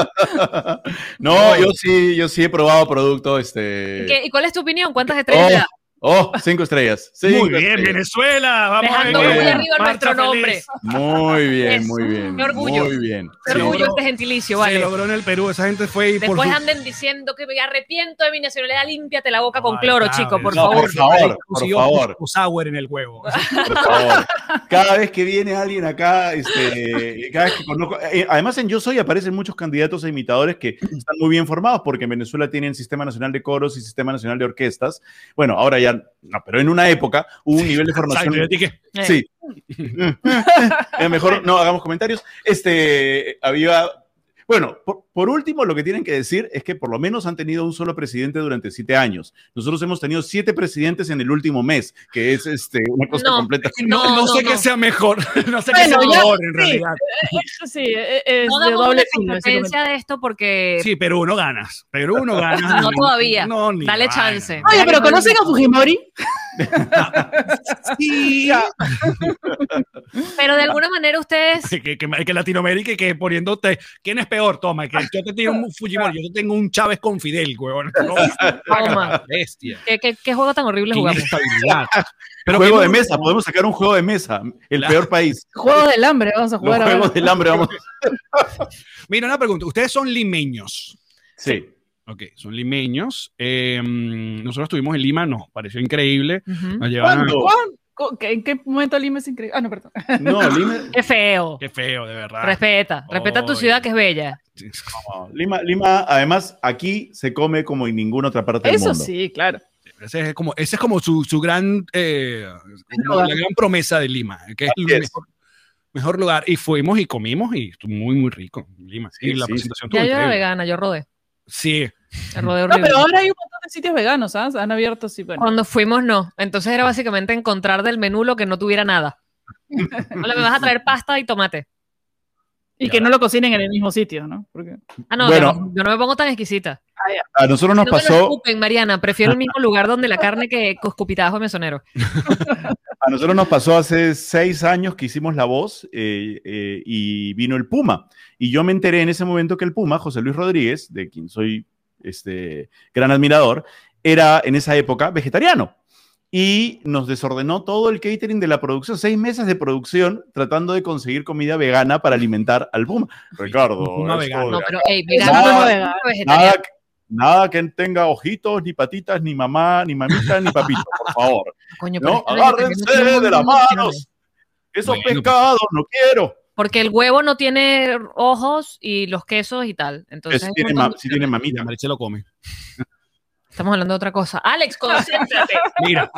No, yo sí, yo sí he probado producto, este.
¿Qué- ¿Y cuál es tu opinión? ¿Cuántas estrellas
Eh. Oh,
te da?
Oh, cinco estrellas. Cinco
Muy bien,
estrellas.
Venezuela. Vamos
Dejando
a
muy
ver.
arriba nuestro nombre.
Muy bien,
Eso.
muy bien.
Qué orgullo.
Muy bien.
Qué
Sí,
orgullo
bro.
este gentilicio,
Se
vale.
logró en el Perú. Esa gente fue y por
Después
su-
anden diciendo que me arrepiento de mi nacionalidad, límpiate la boca con
Ay,
cloro,
ya,
chico, por
no,
favor.
por favor, por
consiguió
favor.
un sour en el huevo.
Por favor. Cada vez que viene alguien acá, este, cada vez que conozco, eh, además en Yo Soy aparecen muchos candidatos a imitadores que están muy bien formados porque en Venezuela tienen Sistema Nacional de Coros y Sistema Nacional de Orquestas. Bueno, ahora ya, no, pero en una época hubo un nivel de formación.
Exacto, yo dije,
Eh,
Sí. Eh, mejor no hagamos comentarios. Este, había. Bueno, por, por último, lo que tienen que decir es que por lo menos han tenido un solo presidente durante siete años. Nosotros hemos tenido siete presidentes en el último mes, que es este, una cosa
No.
completa.
No,
no, no,
no,
sé qué
no.
sea mejor. No sé
Bueno,
qué sea
ya,
mejor en
sí.
realidad.
Sí, eh, es
No
de
damos
doble
una
filo ese comentario.
competencia de esto porque
Sí, Perú no ganas. Perú no ganas.
No todavía.
No, ni
Dale
vaina.
chance.
Oye, pero ¿conocen a Fujimori?
Ah, Sí.
Pero de alguna manera ustedes.
que, que, que Latinoamérica y que poniéndote. ¿Quién es peor? Toma, que yo te tengo un Fujimori, yo te tengo un Chávez con Fidel, huevón. No,
Toma.
bestia.
¿Qué, qué, qué juego tan horrible
Qué
jugamos?
inestabilidad. Pero
juego
que-
de mesa, podemos sacar un juego de mesa. El
Claro.
peor país.
Juegos del hambre, vamos a
Los
jugar ahora.
juegos del hambre, vamos.
Mira, una pregunta. Ustedes son limeños.
Sí.
Ok, son limeños. Eh, nosotros estuvimos en Lima, nos pareció increíble.
Ujú.
Nos llevaron a-
¿Cuándo?
¿Cuán- cu- qué- ¿En qué momento Lima es increíble? Ah, no, perdón.
No, Lima,
Qué feo.
Qué feo, de verdad.
Respeta, respeta tu
Oy.
ciudad que es bella.
no, Lima, Lima, además, aquí se come como en ninguna otra parte del
Eso
mundo.
sí, claro.
Ese es como, ese es como su, su gran, eh, como la gran promesa de Lima, que es el
Así es.
mejor, mejor lugar. Y fuimos y comimos y estuvo muy, muy rico en Lima.
Sí,
y la
sí,
presentación estuvo
Ya yo era
increíble.
vegana, yo rodé.
Sí,
Rodé
No,
horrible.
pero ahora hay un montón de sitios veganos, ¿sabes? Han abierto, sí, bueno.
Cuando fuimos, no. Entonces era básicamente encontrar del menú lo que no tuviera nada. Hola, me vas a traer pasta y tomate.
Y que no lo cocinen en el mismo sitio, ¿no? Porque...
Ah, no,
Bueno.
no, yo no me pongo tan exquisita.
A nosotros nos
no me lo
pasó.
escupen, Mariana. Prefiero el mismo lugar donde la carne que coscupitajo mesonero.
A nosotros nos pasó hace seis años que hicimos La Voz eh, eh, y vino el Puma. Y yo me enteré en ese momento que el Puma, José Luis Rodríguez, de quien soy este, gran admirador, era en esa época vegetariano. Y nos desordenó todo el catering de la producción, seis meses de producción tratando de conseguir comida vegana para alimentar al Puma. Ricardo,
Puma
esto
vegano.
No,
de
pero,
acá,
hey,
Eso no es
vegana.
vegano.
vegetariana.
nada, que- nada que tenga ojitos, ni patitas, ni mamá, ni mamita, ni papito, por favor.
Coño, pero
No,
es que los vegetarianos
agárrense
tienen
de las
un montón opciones.
manos. Esos
Bueno, pues.
pescados no quiero.
Porque el huevo no tiene ojos y los quesos y tal. Entonces,
si
es
tiene,
un montón
ma-
de
sí tiene
mira,
mamita.
Pues,
Mariche lo come.
Estamos hablando de otra cosa. Alex, concéntrate.
Mira,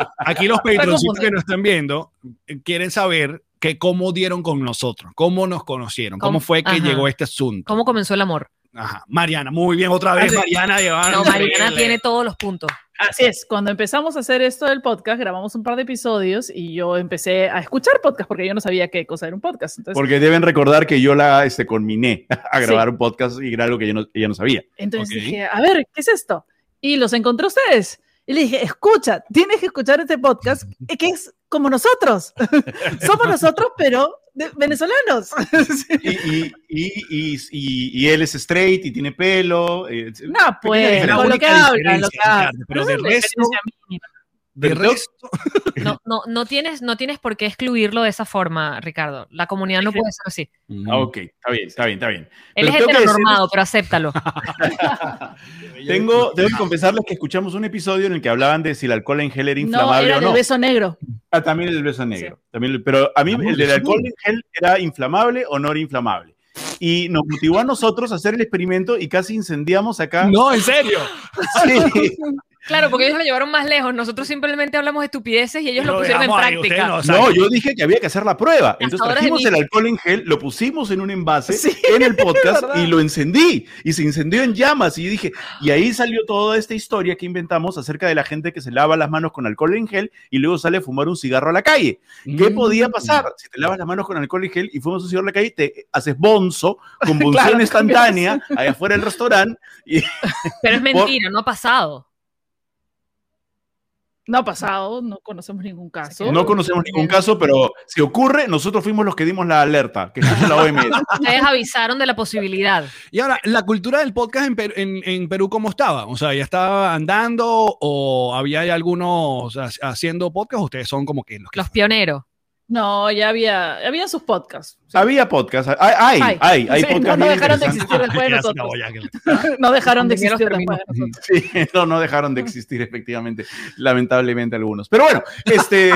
aquí los patroncitos
confundido.
que nos están viendo eh, quieren saber que cómo dieron con nosotros, cómo nos conocieron, cómo
¿Cómo?
fue que
Ajá.
llegó este asunto.
¿Cómo comenzó el amor?
Ajá. Mariana, muy bien, otra vez.
Así-
Mariana, llevaron
No, Mariana
increíble.
tiene todos los puntos.
Así es, cuando empezamos a hacer esto del podcast, grabamos un par de episodios y yo empecé a escuchar podcast porque yo no sabía qué cosa era un podcast. Entonces,
Porque deben recordar que yo la este, conminé a
Sí.
grabar un podcast y era algo que yo no, ella no sabía.
entonces
ok.
dije, a ver, ¿qué es esto? Y los encontré a ustedes. Y le dije, escucha, tienes que escuchar este podcast eh, que es como nosotros. Somos nosotros, pero de- venezolanos. Sí.
Y, y, y, y, y- y él es straight y tiene pelo. eh,
no, pues,
la
con lo
única
que habla, lo que
diferencia,
habla.
Ricardo, pero de
Es una diferencia
resto-
mínima.
De
Perdón.
resto,
No, no, no, tienes, no tienes por qué excluirlo de esa forma, Ricardo. La comunidad no puede ser así.
Mm.
Ah, ok, está bien, está bien, está bien.
Él
Pero
es
tengo que
heteronormado, pero acéptalo.
Tengo, tengo que confesarles que escuchamos un episodio en el que hablaban de si el alcohol en gel era
No,
inflamable
era
o no.
del beso negro.
Ah, también el beso negro. También, el- pero a mí
Vamos,
el del
beso
alcohol en gel era inflamable o no era inflamable. Y nos motivó a nosotros a hacer el experimento y casi incendiamos acá.
no, en serio.
Sí.
Claro, porque ellos lo llevaron más lejos. Nosotros simplemente hablamos estupideces y ellos lo pusieron en
dejamos ahí, ustedes
práctica.
no saben.
No, yo dije que había que hacer la prueba. Entonces
ahora es
trajimos
el
el alcohol en gel, lo pusimos en un envase
Sí,
en el podcast
verdad.
y lo encendí. Y se incendió en llamas. Y yo dije, y ahí salió toda esta historia que inventamos acerca de la gente que se lava las manos con alcohol en gel y luego sale a fumar un cigarro a la calle. ¿Qué
Mm.
podía pasar? Si te lavas las manos con alcohol y gel y fumas un cigarro en la calle, te haces bonzo, convulsión
Claro,
instantánea, allá afuera del restaurante.
Pero es mentira, no ha pasado.
No ha pasado, no conocemos ningún caso.
No conocemos ningún caso, pero si ocurre, nosotros fuimos los que dimos la alerta, que escucha la OMS.
Ustedes avisaron de la posibilidad.
Y ahora, ¿la cultura del podcast en Perú, en, en Perú cómo estaba? O sea, ¿ya estaba andando o había ya algunos ha- haciendo podcast? Ustedes son como que los que...
Los pioneros.
No, ya había, había sus podcasts.
Había podcast, hay, hay, hay, hay
Sí,
podcast.
no, no
bien
dejaron de
interesantes.
existir después
Ya
de
se
nosotros.
acabó, ya que-
No dejaron de
Primero
existir
terminó.
después de nosotros.
Sí, no, no dejaron de existir efectivamente, lamentablemente algunos. Pero bueno, este,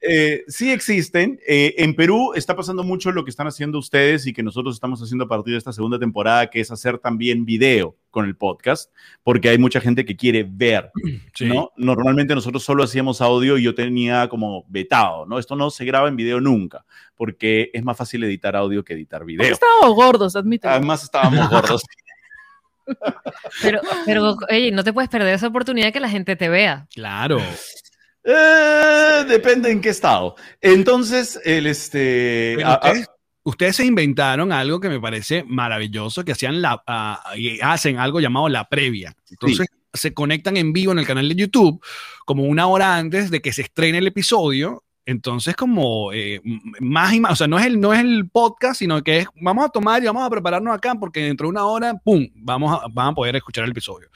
eh, sí existen. Eh, en Perú está pasando mucho lo que están haciendo ustedes y que nosotros estamos haciendo a partir de esta segunda temporada, que es hacer también video con el podcast, porque hay mucha gente que quiere ver,
Sí.
¿no? Normalmente nosotros solo hacíamos audio y yo tenía como vetado, ¿no? Esto no se graba en video nunca, porque es más fácil editar audio que editar
Porque
video.
Estábamos gordos, admítelo.
Además estábamos gordos.
Pero, pero, oye, no te puedes perder esa oportunidad que la gente te vea.
Claro.
Eh, depende en qué estado. Entonces, el este.
Pero
a- a-
ustedes, ustedes se inventaron algo que me parece maravilloso, que hacían la, ah, y hacen algo llamado la previa. Entonces se conectan en vivo en el canal de YouTube como una hora antes de que se estrene el episodio. Entonces, como eh, m- más y más, o sea, no es, el, no es el podcast, sino que es, vamos a tomar y vamos a prepararnos acá, porque dentro de una hora, ¡pum!, vamos a, van a poder escuchar el episodio.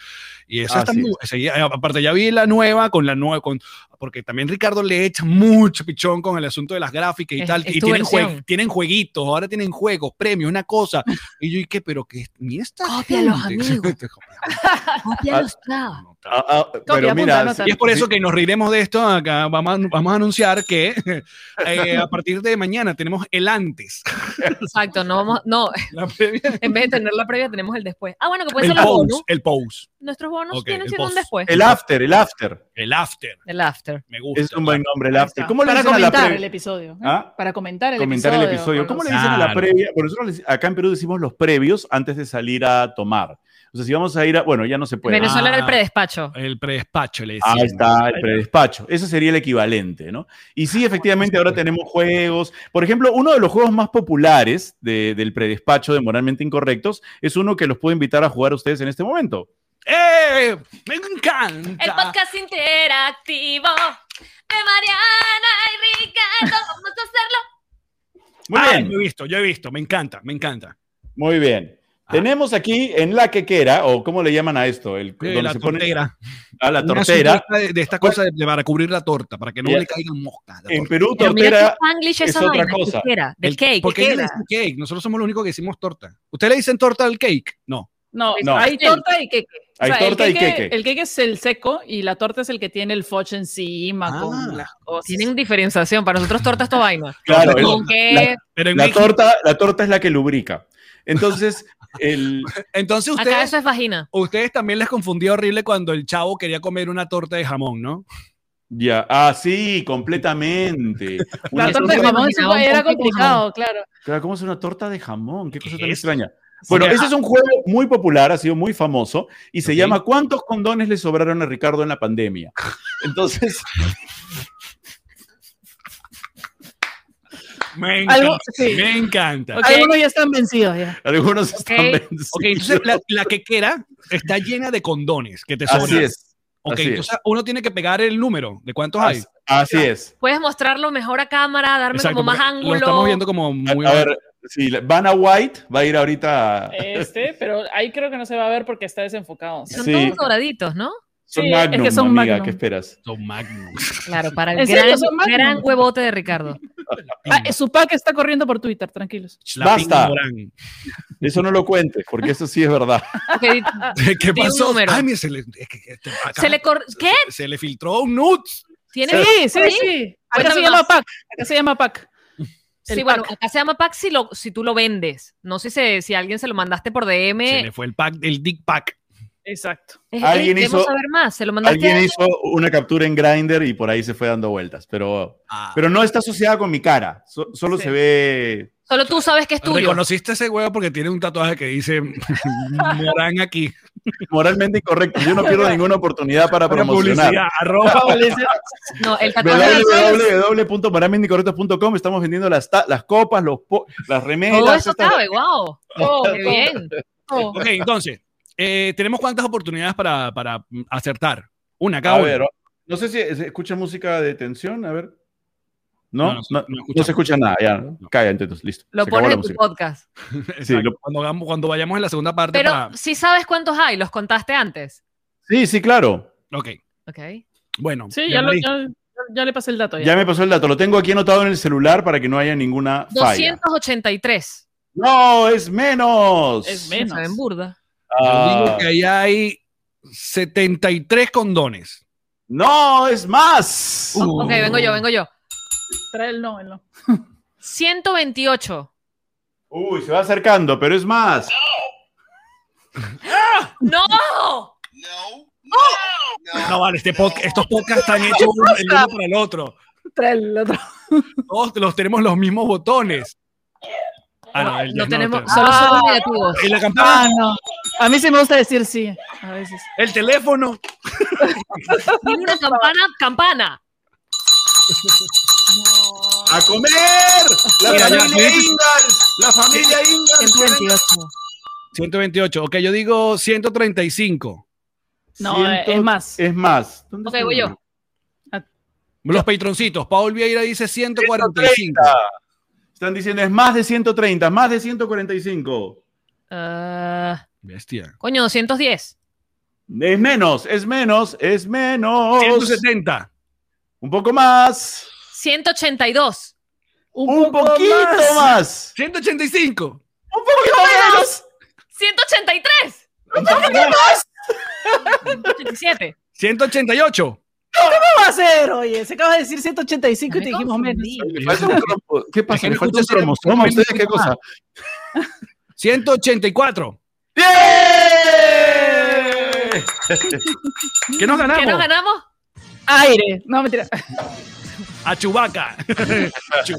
Y eso está
Así
muy- ese- y aparte, ya vi la nueva con la nueva, con, porque también Ricardo le echa mucho pichón con el asunto de las gráficas y
Es-
tal.
es
y
tu
tienen, jue-
versión.
tienen jueguitos, ahora tienen juegos, premios, una cosa. Y yo, ¿y qué? Pero que ni esta.
Cópialos,
gente.
amigo.
Ah.
Cópialos,
ya.
No,
a- a- pero
apunta,
mira,
anota.
y es por eso que nos reiremos de esto. Acá vamos a, vamos a anunciar que eh, a partir de mañana tenemos el antes.
Exacto, no vamos, no,
La previa,
en vez de tener la previa, tenemos el después. Ah, bueno, que puede
el
ser los
post.
bonus.
El post.
Nuestros bonos
Ok,
tienen
el
siendo un
post.
después.
el after, el after.
El after.
El after.
Me gusta.
Es un buen nombre, el after.
Ahí está.
¿Cómo le
Para
dicen a la
comentar el
previa?
episodio. ¿eh?
¿Ah?
Para comentar el
Comentar el
episodio.
episodio.
con
¿Cómo
los-
le dicen a la
Claro.
previa? Bueno, nosotros le- acá en Perú decimos los previos antes de salir a tomar. O sea, si vamos a ir a. Bueno, ya no se puede.
Venezuela.
Venezuela era el
Ah.
predespacho.
El predespacho, le decía.
Ahí está el predespacho. Ese sería el equivalente, ¿no? Y sí, efectivamente, ahora tenemos juegos. Por ejemplo, uno de los juegos más populares de- del predespacho de Moralmente Incorrectos es uno que los puedo invitar a jugar a ustedes en este momento.
¡Eh! ¡Me encanta!
El podcast interactivo de Mariana y Ricardo. Vamos a hacerlo.
Muy
Ah,
bien.
yo he visto, yo he visto. Me encanta, me encanta.
Muy bien.
Ah.
Tenemos aquí en la quequera, o ¿cómo le llaman a esto? El,
Eh,
donde
la
se pone-
tortera.
a la
Una
tortera. Pues-
supuesta De, de esta cosa de, de para cubrir la torta, para que no
Ya.
le caigan moscas. la
En
torta.
Perú,
Pero mira
tortera.
que Spanglish
es
esa
otra
vaina,
cosa.
Era, del
El-
cake.
¿Por qué
¿qué
le
era?
dicen cake? Nosotros somos los únicos que decimos torta. ¿Ustedes le dicen torta al cake? No.
No,
No.
hay torta y queque. O
Hay
sea, el
torta y queque.
El queque es el seco y la torta es el que tiene el foche encima
Ah.
con las cosas.
Tienen diferenciación. Para nosotros torta es tu vaina.
Claro,
Pero-
¿Con qué?
Pero en
la,
México-
torta, la torta es la que lubrica. Entonces, el,
entonces
Acá
ustedes,
eso es vagina.
ustedes también les confundía horrible cuando el chavo quería comer una torta de jamón, ¿no?
Ya, ah, sí, completamente. Una
La torta de
Yo me
jamón
imaginaba un
era
poquito de
complicado, claro.
Claro, ¿cómo es una torta de jamón? Qué cosa
¿Qué
tan
es?
extraña. Bueno,
Sí.
ese es un juego muy popular, ha sido muy famoso y se
Ok.
llama ¿Cuántos condones le sobraron a Ricardo en la pandemia? Entonces,
Me
Algo-
encanta.
sí.
Me encanta.
Ok.
Algunos ya están vencidos ya.
algunos están
Ok,
vencidos.
Ok, entonces la, la quequera está llena de condones que te
así
sobran.
es,
Ok,
así es.
entonces uno tiene que pegar el número de cuántos hay.
así, así es.
Puedes mostrarlo mejor a cámara, darme
Exacto,
como más
porque Lo
ángulo.
estamos viendo como
A,
muy.
a ver, si la- Vanna White va a ir ahorita, a-
Este, pero ahí creo que no se va a ver porque está desenfocado.
Son
Sí.
todos doraditos, ¿no?
son
Sí, es que
Magnum,
son
amiga,
Magnum.
¿qué esperas?
Son Magnum.
Claro, para
¿En
el
serio
gran,
son Magnum?
gran huevote de Ricardo.
Ah, eh, su pack está corriendo por Twitter, tranquilos.
La
Basta.
Pink Morán.
Eso no lo cuentes, porque eso sí es verdad.
Ok, di-
¿Qué
Ah, Di un
pasó?
número.
Ay, mira, se le, es que- este- acá-
se le cor- ¿Qué?
se- se le filtró un nuts.
¿Tiene
Sí, sí,
¿Sí?
sí. Acá se
Cuéntame
llama
más.
pack. Acá se llama pack.
sí,
El
bueno,
pack.
acá se llama pack si, lo, si tú lo vendes. No sé si, si alguien se lo mandaste por DM.
Se le fue el pack, el dick pack.
Exacto.
Es-
Alguien
queremos
hizo-
saber más. Se lo mandaste
Alguien
a-
hizo una captura en Grindr y por ahí se fue dando vueltas, pero, pero no está asociada con mi cara, so- solo
Sí.
se ve
Solo tú sabes que es tuyo.
Reconociste ese huevo porque tiene un tatuaje que dice Morán aquí.
moralmente incorrecto. Yo no pierdo ninguna oportunidad para
Para
promocionar.
publicidad, arroba.
No, el tatuaje
www.moralmenteincorrectos.com Estamos vendiendo las, ta- las copas, los po- las remeras.
Todo eso
estas-
cabe, wow.
Oh,
Qué bien.
oh.
ok, entonces, eh, tenemos cuántas oportunidades para, para acertar. Una cada
A
uno.
ver, No sé si se escucha música de tensión, a ver.
No,
No, no,
no,
no,
no escuchamos.
se escucha nada, ya.
No.
Calla, entonces, listo.
Lo
se acabó
pones
la
en tu
música.
podcast.
Exacto.
lo-
cuando, hagamos- cuando vayamos en la segunda parte
Pero
para-
sí sabes cuántos hay, los contaste antes.
Sí, sí, claro.
Ok,
Ok.
bueno.
Sí, ya, lo-
Marie,
ya- ya le pasé el dato.
Ya me pasó el dato, lo tengo aquí anotado en el celular para que no haya ninguna falla.
283.
No, es menos.
Es
Me
menos.
saben burda.
yo
Ah,
digo que ahí hay 73 condones.
no, es más.
Uh.
Ok, vengo yo, vengo yo.
Trae el no, el no.
128.
Uy, se va acercando, pero es más.
¡No!
No vale, este pod- estos podcasts están hechos uno, el uno para el otro.
Trae el otro.
Todos los tenemos los mismos botones. Ah, no, el
No
diez
tenemos,
lo
solo son
Ah.
negativos.
Y la
Ah,
campana,
no. A mí sí me gusta decir sí, a veces.
el teléfono.
Ninguna campana, campana.
¡A comer! ¡La
Mira, ya,
familia
sí.
Ingalls! ¡La familia Ingalls!
128.
128. Ok, yo digo 135.
No,
Ciento-
es más.
Es más. ¿Dónde
Ok,
está?
voy yo.
Los patroncitos. Paul Vieira dice 145.
Están diciendo es más de 130, más de 145.
Ah,
Bestia.
coño, 210.
Es menos, es menos, es menos.
170.
Un poco más.
182.
Un, poquito más.
185.
Un poquito menos.
183.
Un poquito más.
187.
188.
¿Cómo va a ser? Oye, se acaba de decir 185 y te
Me
dijimos menos.
confundí.
Le falta un cromo- ¿Qué pasa?
Es que
¿Le
no
falta un
escucho ese-
cromosoma? ¿Ustedes qué
no escucho
cosa?
184.
¡Bien!
¿Qué Mm, nos ganamos?
¿Qué nos ganamos?
Aire. No, mentira.
A Chubaca.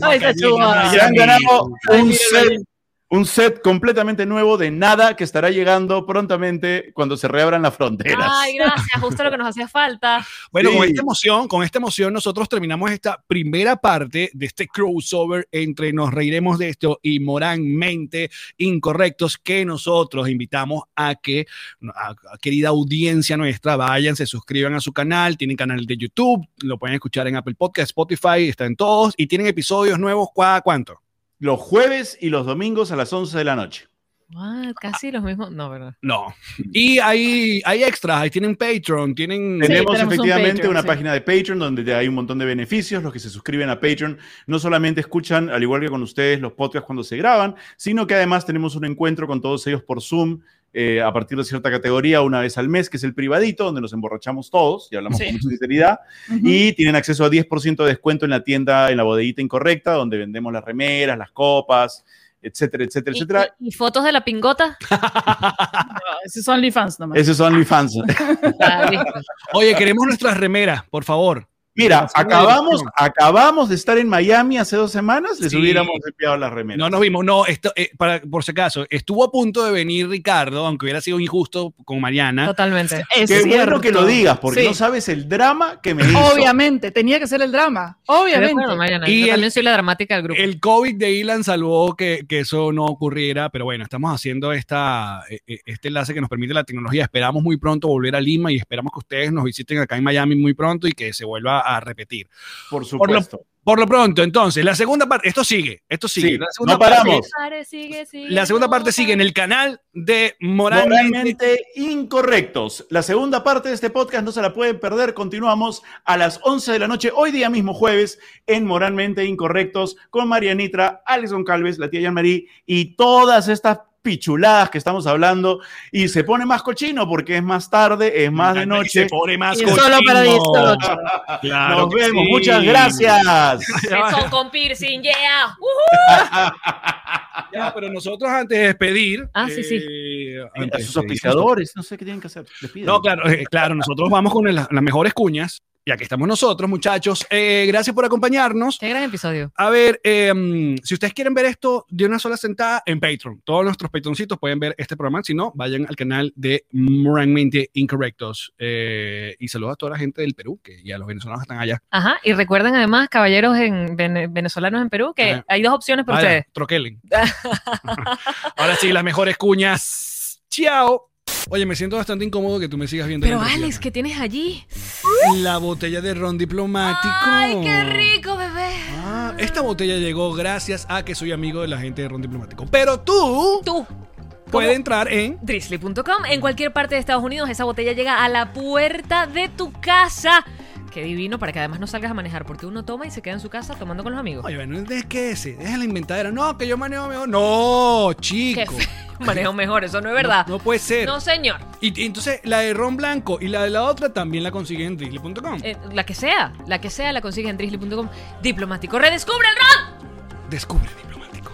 Ahí está Chewbacca.
Se han ganado
Ah, Ay,
un
mira,
set, un set completamente nuevo de nada que estará llegando prontamente cuando se reabran las fronteras.
Ay, gracias, justo lo que nos hacía falta.
Bueno, con
Sí.
esta emoción, con esta emoción nosotros terminamos esta primera parte de este crossover entre nos reiremos de esto y moralmente incorrectos que nosotros invitamos a que a- a querida audiencia nuestra vayan, se suscriban a su canal, tienen canal de YouTube, lo pueden escuchar en Apple Podcast, Spotify, está en todos y tienen episodios nuevos cada cuánto.
Los jueves y los domingos a las 11 de la noche.
What, Ah, casi los mismos. No, ¿verdad?
No. Y hay, hay extras, ahí tienen Patreon, tienen...
tenemos,
tenemos un
efectivamente
Patreon,
una
sí.
página de Patreon donde hay un montón de beneficios. Los que se suscriben a Patreon no solamente escuchan, al igual que con ustedes, los podcasts cuando se graban, sino que además tenemos un encuentro con todos ellos por Zoom eh, a partir de cierta categoría una vez al mes, que es el privadito, donde nos emborrachamos todos y hablamos
Sí.
con mucha sinceridad. Y tienen acceso a 10% de descuento en la tienda, en la bodeguita incorrecta, donde vendemos las remeras, las copas, etcétera, etcétera,
¿Y,
etcétera.
y- y fotos de la pingota?
No, Ah, esos son OnlyFans nomás.
Esos son mis fans.
Ah, listo.
Oye, queremos nuestras remeras, por favor.
Mira,
Así me
acabamos,
dijeron.
acabamos de estar en Miami hace dos semanas, les
Sí.
hubiéramos enviado las remeras.
No nos vimos, no, esto, eh, para, por si acaso, estuvo a punto de venir Ricardo, aunque hubiera sido injusto con Mariana.
Totalmente.
Es
Qué bueno
cierto.
que lo digas, porque
Sí.
no sabes el drama que me hizo.
Obviamente, tenía que ser el drama.
Estoy de
Obviamente.
acuerdo, Mariana.
Y
Yo
el-
también soy la dramática del grupo.
El COVID de Ilan salvó que, que eso no ocurriera, pero bueno, estamos haciendo esta, eh, eh, este enlace que nos permite la tecnología. Esperamos muy pronto volver a Lima y esperamos que ustedes nos visiten acá en Miami muy pronto y que se vuelva a repetir.
Por
Por lo-
supuesto.
Por lo pronto, entonces, la segunda parte, esto sigue, esto sigue.
Sí,
la segunda
no paramos.
parte- la segunda parte sigue en el canal de Moralmente.
Moralmente incorrectos. La segunda parte de este podcast no se la pueden perder. Continuamos a las 11 de la noche, hoy día mismo jueves, en Moralmente Incorrectos con Marianitra, Alison Calves, la tía Jean-Marie y todas estas pichuladas que estamos hablando. Y se pone más cochino porque es más tarde, es más de
Y
noche.
se pone más
Y solo para
cochino.
18.
Claro
Nos
que
vemos.
sí.
Muchas gracias.
Son con piercing, yeah.
Uh.
Ya, pero nosotros antes de despedir.
Ah, sí, sí.
eh, antes
A
de
sus
despedir,
auspiciadores, no sé qué tienen que hacer. Despidan.
No, claro, eh, claro, nosotros vamos con el- las mejores cuñas. Y aquí estamos nosotros, muchachos. Eh, gracias por acompañarnos.
Qué gran episodio.
A ver, eh, mm, si ustedes quieren ver esto de una sola sentada en Patreon, todos nuestros Patreoncitos pueden ver este programa. Si no, vayan al canal de Moralmente Incorrectos. Eh, y saludos a toda la gente del Perú que, y a los venezolanos que están allá.
Ajá. Y recuerden además, caballeros en vene- venezolanos en Perú, que
Ajá.
hay dos opciones
Ah,
para
Vaya,
ustedes.
troquelen. Ahora sí, las mejores cuñas. Chao. Oye, me siento bastante incómodo que tú me sigas viendo.
Pero
la
Alex,
entrepierna.
¿qué tienes allí?
La botella de ron diplomático.
Ay, qué rico, bebé.
Ah, esta botella llegó gracias a que soy amigo de la gente de Ron Diplomático. Pero tú,
Tú.
puedes entrar en.
Drizzly.com. En cualquier parte de Estados Unidos, esa botella llega a la puerta de tu casa. Qué divino, para que además no salgas a manejar, porque uno toma y se queda en su casa tomando con los amigos.
Oye, bueno, ¿de qué ese? Deja la inventadera. No, que yo manejo mejor. No, chico.
Qué Manejo mejor, eso no es verdad.
No, no puede ser.
No, señor.
Y, y entonces la de ron blanco y la de la otra también la consiguen en drizzly.com.
Eh, la que sea, la que sea, la consigue en drizzly.com. Diplomático, redescubre el rock.
Descubre diplomático.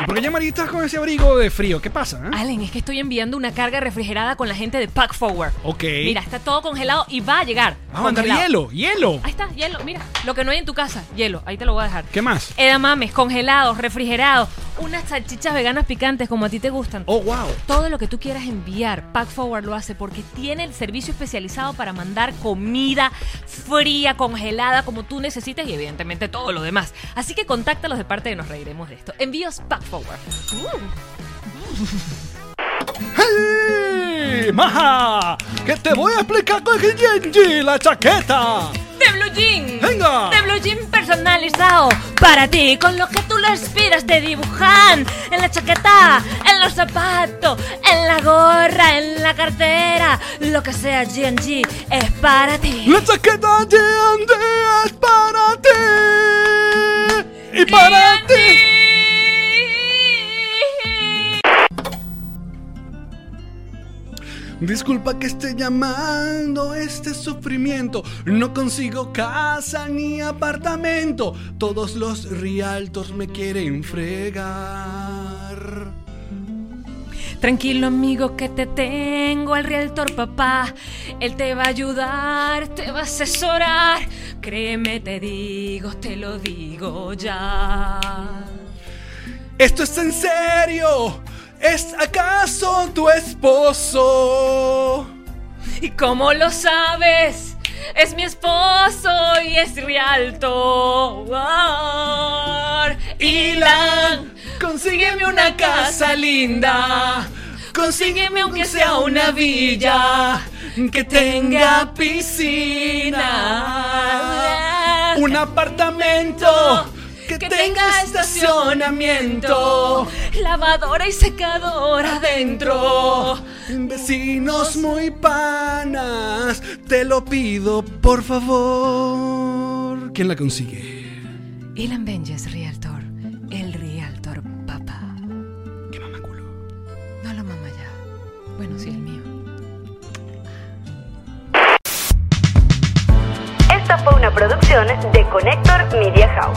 ¿Y por qué ya María estás con ese abrigo de frío? ¿Qué pasa? eh?
Allen, es que estoy enviando una carga refrigerada con la gente de Pack Forward.
Ok.
Mira, está todo congelado y va a llegar.
Vamos a mandar
Congelado.
hielo, hielo.
Ahí está, hielo. Mira, lo que no hay en tu casa, hielo. Ahí te lo voy a dejar.
¿Qué más?
Eh. Edamames, congelados, refrigerados, unas salchichas veganas picantes como a ti te gustan.
Oh, wow.
Todo lo que tú quieras enviar, Pack Forward lo hace porque tiene el servicio especializado para mandar comida fría, congelada, como tú necesites y evidentemente todo lo demás. Así que contáctalos de parte de Nos Reiremos de esto. Envíos Pack Forward. Uh,
¡Hey! ¡Maja! ¡Que te voy a explicar con el Genji la chaqueta!
De Blue Jean.
¡Venga!
De Blue Jean personalizado para ti, con lo que tú lo inspiras te dibujan en la chaqueta, en los zapatos, en la gorra, en la cartera, lo que sea G&G es para ti.
¡La chaqueta G&G es para ti! ¡Y para ti! Disculpa que esté llamando este sufrimiento. No consigo casa ni apartamento. Todos los rialtos me quieren fregar.
Tranquilo amigo que te tengo al realtor papá, él te va a ayudar, te va a asesorar, créeme te digo, te lo digo ya.
¿Esto es en serio? ¿Es acaso tu esposo?
¿Y cómo lo sabes? Es mi esposo y es Rialto. Ilan, consígueme una casa linda. Consígueme aunque sea una villa que tenga piscina.
Un apartamento que, tenga estacionamiento.
lavadora y secadora adentro.
Vecinos muy panas, te lo pido por favor. ¿Quién la consigue?
Ilan Benjes, Realtor, el Realtor papá.
¡Qué mamaculo!
No lo mama ya. Bueno, sí, el mío.
Esta fue una producción de Connector Media House.